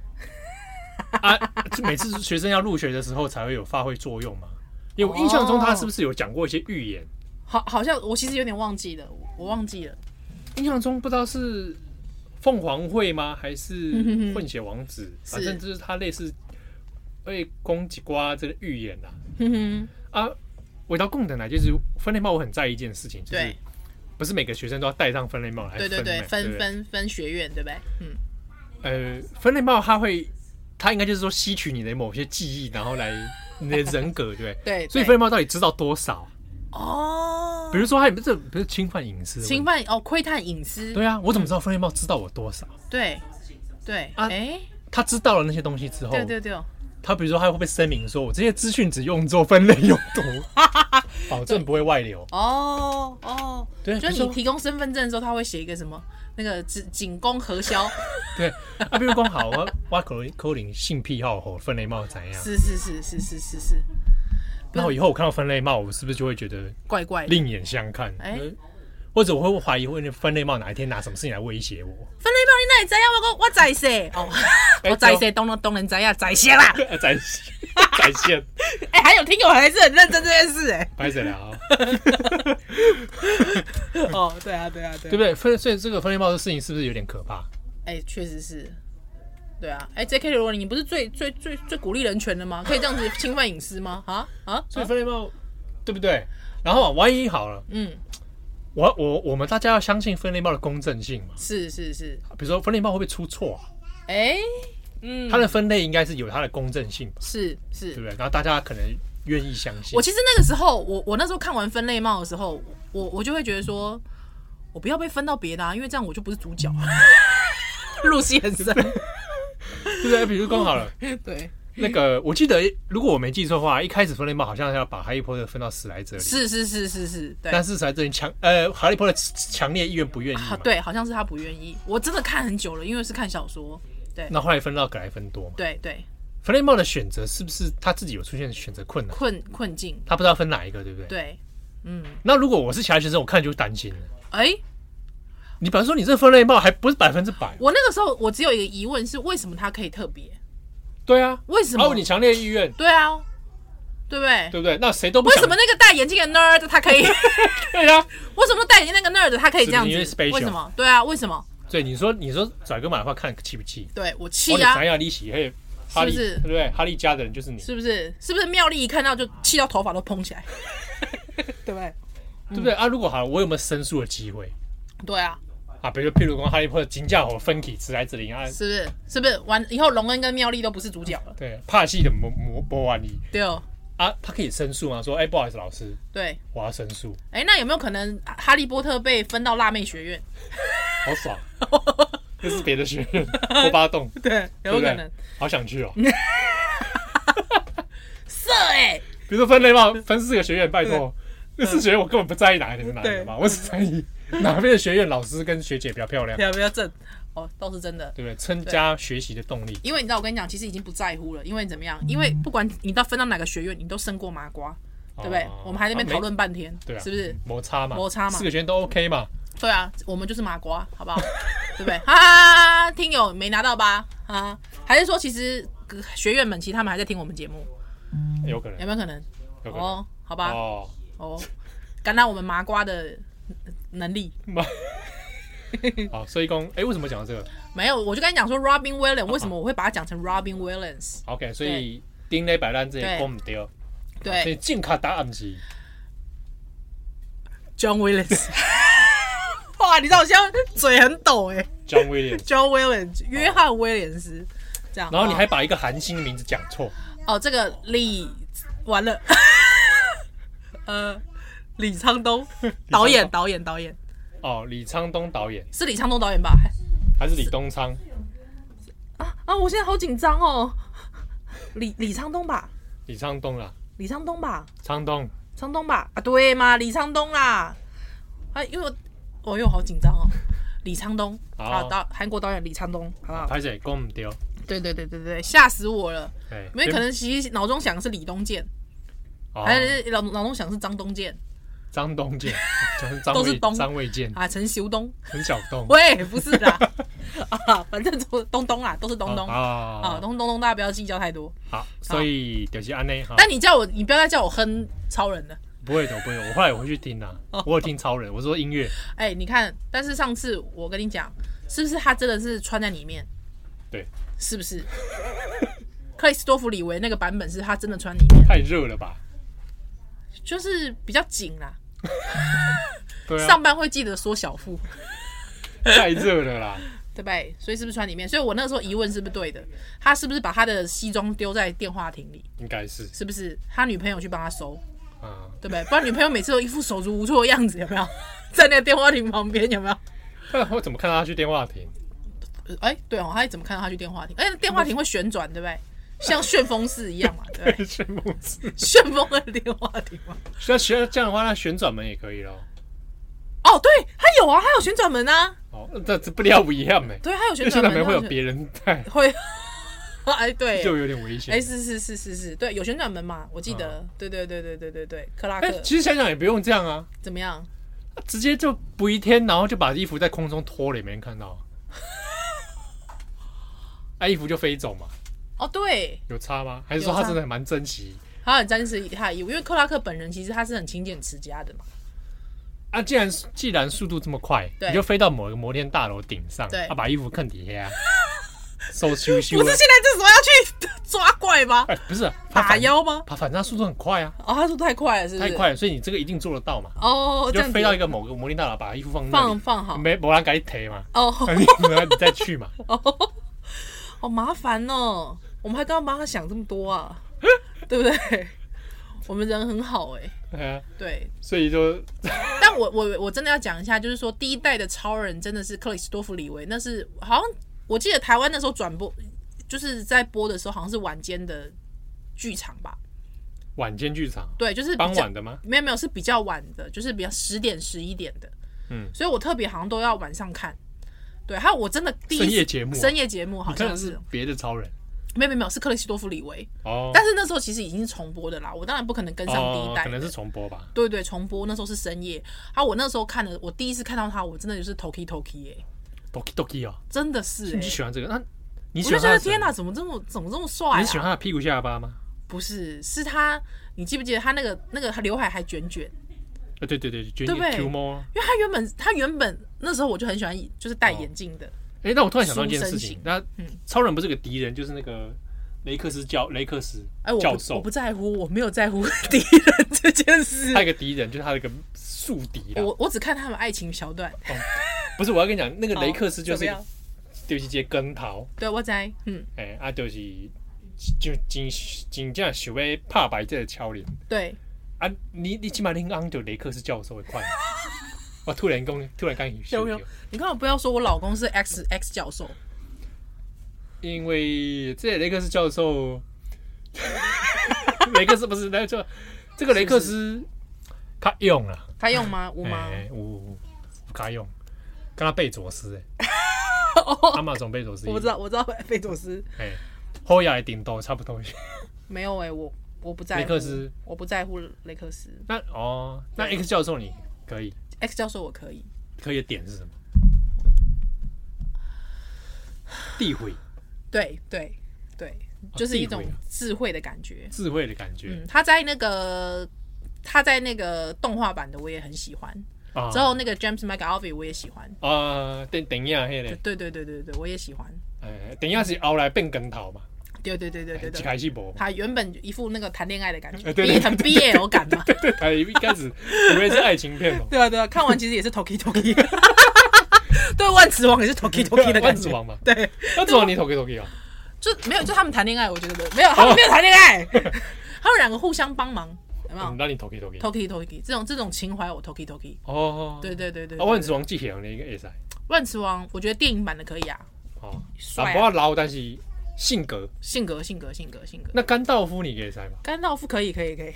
[SPEAKER 1] 啊， 这每次学生要入学的时候才会有发挥作用嘛。因为我印象中他是不是有讲过一些预言？
[SPEAKER 2] 好，好像我其实有点忘记了，我我忘记了，
[SPEAKER 1] 印象中不知道是凤凰会吗，还是
[SPEAKER 2] 嗯
[SPEAKER 1] 混血王子？反正就是他类似会攻击瓜这个预言啊。
[SPEAKER 2] 哼哼，
[SPEAKER 1] 啊，回到共等来，就是分类帽，我很在意一件事情，就是
[SPEAKER 2] 对
[SPEAKER 1] 不是每个学生都要戴上分类帽来
[SPEAKER 2] 对对对，
[SPEAKER 1] 类
[SPEAKER 2] 分
[SPEAKER 1] 不
[SPEAKER 2] 分分学院对不对？嗯，
[SPEAKER 1] 呃，分类帽它会，它应该就是说吸取你的某些记忆，然后来你的人格， 对不对？
[SPEAKER 2] 对，
[SPEAKER 1] 所以
[SPEAKER 2] 对
[SPEAKER 1] 分类帽到底知道多少？
[SPEAKER 2] 哦，
[SPEAKER 1] 比如说，它也不是这不是侵犯隐私的问题，
[SPEAKER 2] 侵犯哦，窥探隐私，
[SPEAKER 1] 对啊，我怎么知道分类帽知道我多少？
[SPEAKER 2] 对对，
[SPEAKER 1] 啊
[SPEAKER 2] 哎，
[SPEAKER 1] 他知道了那些东西之后，
[SPEAKER 2] 对对对，
[SPEAKER 1] 他比如说他会不会声明说，我这些资讯只用作分类用 途，保证不会外流。
[SPEAKER 2] 哦哦，
[SPEAKER 1] 对
[SPEAKER 2] 就是
[SPEAKER 1] 比如说
[SPEAKER 2] 你提供身份证的时候，他会写一个什么那个仅仅供核 销，
[SPEAKER 1] 对啊，比如讲好，我我可能可能性癖好吼，分类帽怎样？
[SPEAKER 2] 是是是是是是是，
[SPEAKER 1] 那我以后我看到分类帽，我是不是就会觉得
[SPEAKER 2] 怪怪的。
[SPEAKER 1] 另眼相看？
[SPEAKER 2] 哎
[SPEAKER 1] 呃或者我会怀疑，会分类帽哪一天拿什么事情来威胁我？
[SPEAKER 2] 分类包你哪会知啊？我讲我在 谁？哦，
[SPEAKER 1] 哎
[SPEAKER 2] 我在谁？当然当然在呀，在谁 啦？
[SPEAKER 1] 展现展现，
[SPEAKER 2] 哎，还有听友还是很认真这件事哎。
[SPEAKER 1] 拍谁了啊？
[SPEAKER 2] 哦，对啊对啊对
[SPEAKER 1] 对不。对？分所以这个分类帽的事情是不是有点可怕？
[SPEAKER 2] 哎，确实是。对啊，哎，J.K. 罗琳，你不是最最最最鼓励人权的吗？可以这样子侵犯隐私吗？啊啊！
[SPEAKER 1] 所以分类帽对不对？然后啊万一好了，
[SPEAKER 2] 嗯，
[SPEAKER 1] 我我我们大家要相信分类帽的公正性嘛？
[SPEAKER 2] 是是是，
[SPEAKER 1] 比如说分类帽会不会出错啊？
[SPEAKER 2] 哎，嗯，
[SPEAKER 1] 它的分类应该是有它的公正性嘛，
[SPEAKER 2] 是是
[SPEAKER 1] 对不对？然后大家可能愿意相信
[SPEAKER 2] 我。其实那个时候，我我那时候看完分类帽的时候，我我就会觉得说，我不要被分到别的啊，因为这样我就不是主角， 入戏很深。
[SPEAKER 1] 对不对？比如说好了，
[SPEAKER 2] 对，
[SPEAKER 1] 那个我记得如果我没记错的话，一开始分类帽好像要把哈利波特分到史莱哲林，
[SPEAKER 2] 是是是是是，对
[SPEAKER 1] 但是史莱哲林强呃哈利波特强烈意愿不愿意
[SPEAKER 2] 啊
[SPEAKER 1] 嘛，
[SPEAKER 2] 对，好像是他不愿意。我真的看很久了，因为是看小说。对
[SPEAKER 1] 那后来分到格莱芬多嘛。
[SPEAKER 2] 对对，
[SPEAKER 1] 分类帽的选择是不是他自己有出现选择困难？
[SPEAKER 2] 困困境，
[SPEAKER 1] 他不知道分哪一个，对不对？。
[SPEAKER 2] 对，
[SPEAKER 1] 那如果我是其他学生，我看就担心了。
[SPEAKER 2] 哎、
[SPEAKER 1] 你比方说你这分类帽还不是百分之百，
[SPEAKER 2] 我那个时候我只有一个疑问是，为什么他可以特别？
[SPEAKER 1] 对啊，
[SPEAKER 2] 为什么？
[SPEAKER 1] 哦，你强烈意愿，
[SPEAKER 2] 对啊，对不对？
[SPEAKER 1] 对不对？那谁都不
[SPEAKER 2] 为
[SPEAKER 1] 想
[SPEAKER 2] 什么那个戴眼镜的 nerd 他可以？
[SPEAKER 1] 对啊？
[SPEAKER 2] 为什么戴眼镜那个 nerd 他可以这样子？
[SPEAKER 1] 是不是因为 special？
[SPEAKER 2] 为什么？对啊，为什么？
[SPEAKER 1] 对，你说你说拽哥买的话，看气不气？
[SPEAKER 2] 对我
[SPEAKER 1] 哦
[SPEAKER 2] 气
[SPEAKER 1] 你
[SPEAKER 2] 啊
[SPEAKER 1] 想，要利息，嘿，哈利
[SPEAKER 2] 是不是
[SPEAKER 1] 对不对？哈利家的人就是你，
[SPEAKER 2] 是不是？是不是妙丽一看到就气到头发都蓬起来？对不对？
[SPEAKER 1] 对不对啊？如果好了，我有没有申诉的机会
[SPEAKER 2] 对啊，
[SPEAKER 1] 啊？比如譬如说哈利波特金价我分体之来这里啊，
[SPEAKER 2] 是不是？是不是完以后荣恩跟妙丽都不是主角了？
[SPEAKER 1] 对，怕戏的魔魔波万一
[SPEAKER 2] 对哦，
[SPEAKER 1] 啊，他可以申诉吗？说哎，不好意思，老师，
[SPEAKER 2] 对。
[SPEAKER 1] 我要申诉，
[SPEAKER 2] 哎，那有没有可能啊哈利波特被分到辣妹学院？
[SPEAKER 1] 好 爽，这是别的学 院，波巴洞，
[SPEAKER 2] 对，
[SPEAKER 1] 对
[SPEAKER 2] 有没
[SPEAKER 1] 不
[SPEAKER 2] 有可
[SPEAKER 1] 对
[SPEAKER 2] 能？？
[SPEAKER 1] 好想去哦。
[SPEAKER 2] 色哎，
[SPEAKER 1] 比如说分类帽，分四个学院，拜托，那四学院我根本不在意哪一点是哪一个嘛，我只在意 哪边的学院老师跟学姐比较漂亮，
[SPEAKER 2] 要不要正？哦，倒是真的。
[SPEAKER 1] 对不对？增加学习的动力。
[SPEAKER 2] 因为你知道，我跟你讲，其实已经不在乎了。因为怎么样？
[SPEAKER 1] 嗯
[SPEAKER 2] 因为不管你到分到哪个学院，你都胜过麻瓜，对不对
[SPEAKER 1] 哦？
[SPEAKER 2] 我们还在那边
[SPEAKER 1] 啊没
[SPEAKER 2] 讨论半天，
[SPEAKER 1] 对啊，
[SPEAKER 2] 是不是？
[SPEAKER 1] 摩擦嘛？
[SPEAKER 2] 摩擦嘛
[SPEAKER 1] 四个学院都 OK 嘛？
[SPEAKER 2] 对啊，我们就是麻瓜，好 不好？对不对？哈哈哈！听友没拿到吧？啊，还是说其实呃学员们其实他们还在听我们节目，
[SPEAKER 1] 有可能
[SPEAKER 2] 有，没有可能？
[SPEAKER 1] 有可能
[SPEAKER 2] 哦，好吧，
[SPEAKER 1] 哦，
[SPEAKER 2] 哦，感染我们麻瓜的能力
[SPEAKER 1] 好，所以讲，哎，为什么讲到这个
[SPEAKER 2] 没有，我就跟你讲说，Robin Williams 为什么我会把它讲成 Robin Williams？
[SPEAKER 1] ？OK，所以丁磊摆烂这些讲唔对，哦啊所以
[SPEAKER 2] 对
[SPEAKER 1] 正确答案是
[SPEAKER 2] ，John Williams。哇，你知道我现在嘴很抖哎
[SPEAKER 1] John Williams，
[SPEAKER 2] ，John Williams，约翰威廉斯，这
[SPEAKER 1] 哦
[SPEAKER 2] 样。
[SPEAKER 1] 然后你还
[SPEAKER 2] 哦
[SPEAKER 1] 把一个韩星的名字讲错，
[SPEAKER 2] 哦，这个李完了， 呃，李沧东导演，导演，导演
[SPEAKER 1] 哦，李沧东导演
[SPEAKER 2] 是李沧东导演吧？
[SPEAKER 1] 还是李东昌？
[SPEAKER 2] 啊啊！我现在好紧张哦，李李沧东吧，
[SPEAKER 1] 李沧东啦，
[SPEAKER 2] 李沧东吧，
[SPEAKER 1] 沧东，
[SPEAKER 2] 沧东吧？啊，对嘛，李沧东啦。啊，因为我我又好紧张哦，李沧东
[SPEAKER 1] 好
[SPEAKER 2] 啊，导韩国导演李沧东，好不好？
[SPEAKER 1] 拍谁讲唔对？哦
[SPEAKER 2] 对对对对对，吓死我了！
[SPEAKER 1] 哎，
[SPEAKER 2] 因为可能其实脑中想的是李东健，
[SPEAKER 1] 哦
[SPEAKER 2] 还是脑脑中想是张东健
[SPEAKER 1] 张东健，就是张
[SPEAKER 2] 都是
[SPEAKER 1] 卫
[SPEAKER 2] 东
[SPEAKER 1] 张卫健，
[SPEAKER 2] 啊，陈修东。
[SPEAKER 1] 陈晓东，
[SPEAKER 2] 喂，不是啦， 啊，反正都东东啦，都是东东啊，
[SPEAKER 1] 啊，
[SPEAKER 2] 东东东，大家不要计较太多。
[SPEAKER 1] 好，所以就是安内哈，
[SPEAKER 2] 但你叫我，你不要再叫我哼超人了。
[SPEAKER 1] 不会的，不会的，我后来我会去听啦，
[SPEAKER 2] 哦
[SPEAKER 1] 我有听超人，我说音乐，
[SPEAKER 2] 哎，你看，但是上次我跟你讲，是不是他真的是穿在里面？
[SPEAKER 1] 对，
[SPEAKER 2] 是不是？克里斯多夫李维那个版本是他真的穿里面，
[SPEAKER 1] 太热了吧？
[SPEAKER 2] 就是比较紧啦，
[SPEAKER 1] 对啊
[SPEAKER 2] 上，班会记得缩小腹，
[SPEAKER 1] 太热了啦，
[SPEAKER 2] 对不对？所以是不是穿里面？所以我那个时候疑问是不是对的？他是不是把他的西装丢在电话亭里？
[SPEAKER 1] 应该是，
[SPEAKER 2] 是不是他女朋友去帮他收？
[SPEAKER 1] 嗯，
[SPEAKER 2] 对不对？不然女朋友每次都一副手足无措的样子，有没有？ 在那个电话亭旁边，有没有？
[SPEAKER 1] 但我怎么看到他去电话亭？
[SPEAKER 2] 呃哎，对哦，他怎么看到他去电话亭？哎，电话亭会旋转，对不 对？像旋风式一样嘛，对不对？
[SPEAKER 1] 旋风式，
[SPEAKER 2] 旋风的电话亭嘛。
[SPEAKER 1] 那旋这样的话，那旋转门也可以咯。
[SPEAKER 2] 哦，对，他有啊，他有旋转门啊，
[SPEAKER 1] 哦，这这不了不一样没？
[SPEAKER 2] 对，他有
[SPEAKER 1] 因
[SPEAKER 2] 旋
[SPEAKER 1] 为旋
[SPEAKER 2] 转
[SPEAKER 1] 转
[SPEAKER 2] 门，啊
[SPEAKER 1] 门会有
[SPEAKER 2] 他
[SPEAKER 1] 别人在，
[SPEAKER 2] 会， 哎，对，
[SPEAKER 1] 就有点危险
[SPEAKER 2] 哎，。是是是是是，对，有旋转门嘛，我记得，对对对对对对对，克拉
[SPEAKER 1] 哎，
[SPEAKER 2] 克
[SPEAKER 1] 其实想想也不用这样啊，
[SPEAKER 2] 怎么样？
[SPEAKER 1] 直接就不一天，然后就把衣服在空中脱了，也没人看 到，那衣服就飞走嘛。
[SPEAKER 2] 哦，对，
[SPEAKER 1] 有差吗？还是说他真的蛮珍惜
[SPEAKER 2] 他很珍惜他的衣物，因为克拉克本人其实他是很勤俭持家的嘛，
[SPEAKER 1] 啊？既然既然速度这么快，
[SPEAKER 2] 对
[SPEAKER 1] 你就飞到某一个摩天大楼顶上，
[SPEAKER 2] 对
[SPEAKER 1] 啊，把衣服看底 下，收啊羞羞
[SPEAKER 2] 不是
[SPEAKER 1] 了
[SPEAKER 2] 现。在这时候要去 抓怪吗？
[SPEAKER 1] 哎，不是他
[SPEAKER 2] 打
[SPEAKER 1] 反
[SPEAKER 2] 腰吗？
[SPEAKER 1] 他反正他速度很快啊，
[SPEAKER 2] 哦，他说太快了，是不
[SPEAKER 1] 太
[SPEAKER 2] 是？
[SPEAKER 1] 快了，所以你这个一定做得到嘛。
[SPEAKER 2] 哦，这
[SPEAKER 1] 就
[SPEAKER 2] 样子
[SPEAKER 1] 飞到一个某个摩天大楼，把衣服放那
[SPEAKER 2] 放
[SPEAKER 1] 里，
[SPEAKER 2] 放好
[SPEAKER 1] 没没人给你提嘛，
[SPEAKER 2] 哦，
[SPEAKER 1] 你你再去嘛。
[SPEAKER 2] 好麻烦哦，我们还刚刚帮他想这么 多啊，对不对？我们人很好哎、
[SPEAKER 1] 对啊，
[SPEAKER 2] 对。
[SPEAKER 1] 所以就
[SPEAKER 2] 但我我我真的要讲一下，就是说第一代的超人真的是克里斯多夫李维，那是好像我记得台湾那时候转播，就是在播的时候好像是晚间的剧场吧，
[SPEAKER 1] 晚间剧场，
[SPEAKER 2] 对，就是比较
[SPEAKER 1] 傍晚的吗？
[SPEAKER 2] 没有没有，是比较晚的，就是比较十点十一点的。
[SPEAKER 1] 嗯
[SPEAKER 2] 所以我特别好像都要晚上看。对，还有我真的第一
[SPEAKER 1] 深夜节目啊
[SPEAKER 2] 深夜节目好
[SPEAKER 1] 你看
[SPEAKER 2] 像
[SPEAKER 1] 的
[SPEAKER 2] 是
[SPEAKER 1] 是，别的超人
[SPEAKER 2] 没有没有没有是克里斯多夫李维，
[SPEAKER 1] 哦，
[SPEAKER 2] 但是那时候其实已经是重播的啦，我当然不可能跟上第
[SPEAKER 1] 哦
[SPEAKER 2] 一代
[SPEAKER 1] 可
[SPEAKER 2] 的。
[SPEAKER 1] 能是重播吧。
[SPEAKER 2] 对对，重播那时候是深夜，啊，我那时候看的，我第一次看到他，我真的就是 toki toki 耶，
[SPEAKER 1] Doki Doki 哦，
[SPEAKER 2] 真的是
[SPEAKER 1] 你
[SPEAKER 2] 哎、
[SPEAKER 1] 喜欢这个？那你
[SPEAKER 2] 我
[SPEAKER 1] 喜
[SPEAKER 2] 就
[SPEAKER 1] 欢
[SPEAKER 2] 觉
[SPEAKER 1] 他
[SPEAKER 2] 得
[SPEAKER 1] 的什
[SPEAKER 2] 天
[SPEAKER 1] 么
[SPEAKER 2] 哪，怎么这么怎么这么帅、啊？
[SPEAKER 1] 你喜欢他的屁股下巴吗？
[SPEAKER 2] 不是，是他，你记不记得他那个那个刘海还卷卷？
[SPEAKER 1] 啊，对对对，就
[SPEAKER 2] 对不对
[SPEAKER 1] Q 啊猫。
[SPEAKER 2] 因为他原本他原本那时候我就很喜欢，就是戴眼镜的，
[SPEAKER 1] 哎，那我突然想到一件事
[SPEAKER 2] 书生
[SPEAKER 1] 情
[SPEAKER 2] 型，嗯
[SPEAKER 1] 那超人不是个敌人，就是那个雷克斯教雷克斯
[SPEAKER 2] 哎，我
[SPEAKER 1] 教
[SPEAKER 2] 不我
[SPEAKER 1] 授
[SPEAKER 2] 不，在乎，我没有在乎 敌人这件事
[SPEAKER 1] 他。有一个敌人就是他的一个宿敌啦。
[SPEAKER 2] 我我只看他们爱情桥段。
[SPEAKER 1] 不是，我要跟你讲，那个雷克斯就是
[SPEAKER 2] 怎么样
[SPEAKER 1] 就是接跟头，
[SPEAKER 2] 对我在，嗯，
[SPEAKER 1] 哎，啊，就是就真真正想要拍白这个超人
[SPEAKER 2] 对，
[SPEAKER 1] 啊！你你起码你昂就雷克斯教授会快。我突然讲，突然刚你
[SPEAKER 2] 有有，你干嘛不要说我老公是 X X 教授？
[SPEAKER 1] 因为这个雷克斯教授，雷克斯不是，那就这个雷克斯他用了，
[SPEAKER 2] 他用吗？我吗？
[SPEAKER 1] 哎，有有他用，跟他贝佐斯哎，阿玛总贝佐斯，
[SPEAKER 2] 哦我知，道，我知道， 贝佐斯
[SPEAKER 1] 哎，后牙顶多差不多。
[SPEAKER 2] 没有哎、我我不在乎
[SPEAKER 1] 雷克斯，
[SPEAKER 2] 我不在乎雷克斯
[SPEAKER 1] 那哦，那 X 教授你可以
[SPEAKER 2] ，X 教授我可以，
[SPEAKER 1] 可以的点是什么？诋毁，
[SPEAKER 2] 对对对，就是一
[SPEAKER 1] 啊地
[SPEAKER 2] 种
[SPEAKER 1] 位
[SPEAKER 2] 智慧的感觉。
[SPEAKER 1] 智慧的感觉
[SPEAKER 2] 嗯，他在那个他在那个动画版的我也很喜欢，
[SPEAKER 1] 啊。
[SPEAKER 2] 嗯之后那个 James McAlvey 我也喜欢，
[SPEAKER 1] 啊，等等一下，迄个，
[SPEAKER 2] 对对对对对，我也喜欢，
[SPEAKER 1] 哎，等一下是后来变跟头嘛，
[SPEAKER 2] 对对对对对
[SPEAKER 1] 一
[SPEAKER 2] 对。
[SPEAKER 1] 哎开始无嘛，
[SPEAKER 2] 他原本一副那个谈恋爱的感觉，
[SPEAKER 1] 呃对对对
[SPEAKER 2] 很 BL 感 嘛，
[SPEAKER 1] 对，他一开始以为是爱情片 嘛，
[SPEAKER 2] 对啊对啊，看完其实也是 Toki Toki，对万磁王也是 Toki Toki 的感觉，
[SPEAKER 1] 万磁王嘛，
[SPEAKER 2] 对，
[SPEAKER 1] 万磁王你投给投给哦，
[SPEAKER 2] 就没有就他们谈恋爱，我觉得没有他们没有谈恋爱，他们两个互相帮忙，有没有
[SPEAKER 1] 嗯，那你投给投给，
[SPEAKER 2] ？Toki Toki 这种这种情怀我 Toki Toki，
[SPEAKER 1] 哦，
[SPEAKER 2] 对对对对，
[SPEAKER 1] 啊，
[SPEAKER 2] 对
[SPEAKER 1] 万磁王剧情的应该会使，
[SPEAKER 2] 万磁王，我觉得电影版的可以啊，
[SPEAKER 1] 哦，
[SPEAKER 2] 帅
[SPEAKER 1] 啊，
[SPEAKER 2] 啊
[SPEAKER 1] 不要老，但是性格，
[SPEAKER 2] 性格性格性格性格。
[SPEAKER 1] 那甘道夫你可以使吗？
[SPEAKER 2] 甘道夫可以可以可以，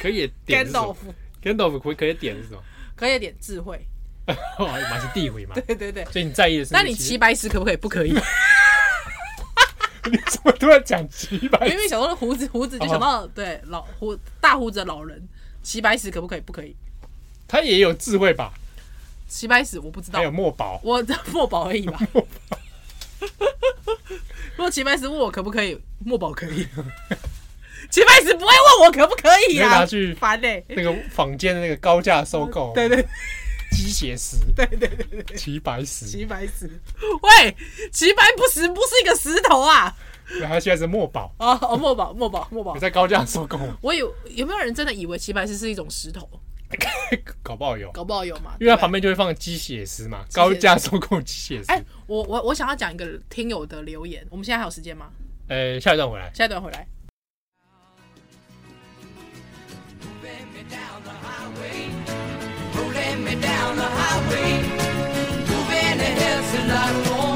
[SPEAKER 1] 可以的点
[SPEAKER 2] 甘
[SPEAKER 1] 是什
[SPEAKER 2] 道
[SPEAKER 1] 么？
[SPEAKER 2] 夫
[SPEAKER 1] 甘道夫可以可以的点是什么？
[SPEAKER 2] 可以有点智慧，
[SPEAKER 1] 哦，嘛是地位嘛，
[SPEAKER 2] 对对对。
[SPEAKER 1] 所以你在意的是，
[SPEAKER 2] 那你齐，白石可不可以？不可以，
[SPEAKER 1] 你 怎么突然讲齐白
[SPEAKER 2] 因为想到胡子胡子就想到
[SPEAKER 1] 哦
[SPEAKER 2] 对老胡大胡子的老人，齐白石可不可以？不可以，
[SPEAKER 1] 他也有智慧吧？
[SPEAKER 2] 齐白石我不知道
[SPEAKER 1] 还有，墨宝，
[SPEAKER 2] 我墨宝而已 吧。如果齐白石问我可不可以，墨宝可以。 齐白石不会问我可不可以
[SPEAKER 1] 你会拿
[SPEAKER 2] 啊，
[SPEAKER 1] 去
[SPEAKER 2] 烦嘞。
[SPEAKER 1] 那个坊间的那个高价收购，
[SPEAKER 2] 对对
[SPEAKER 1] 鸡血石，
[SPEAKER 2] 对对对对，
[SPEAKER 1] 齐白石，
[SPEAKER 2] 齐白石，喂，齐白不石不是一个石头啊。
[SPEAKER 1] 然后现在是墨宝，
[SPEAKER 2] 哦哦，墨宝墨宝墨宝
[SPEAKER 1] 有，在高价收购 吗，
[SPEAKER 2] 我有有没有人真的以为齐白石是一种石头？
[SPEAKER 1] 搞不好有，
[SPEAKER 2] 搞不好有嘛？
[SPEAKER 1] 因为它
[SPEAKER 2] 对
[SPEAKER 1] 旁边就会放鸡血石嘛，
[SPEAKER 2] 鸡血
[SPEAKER 1] 高
[SPEAKER 2] 石
[SPEAKER 1] 价收购鸡血石。
[SPEAKER 2] 哎、我我我想要讲一个听友的留言，我们现在还有时间吗？
[SPEAKER 1] 呃，下一段回来。
[SPEAKER 2] 下一段回来。
[SPEAKER 3] Rolling me down the highway, rolling me down the highway, moving the hills a lot more.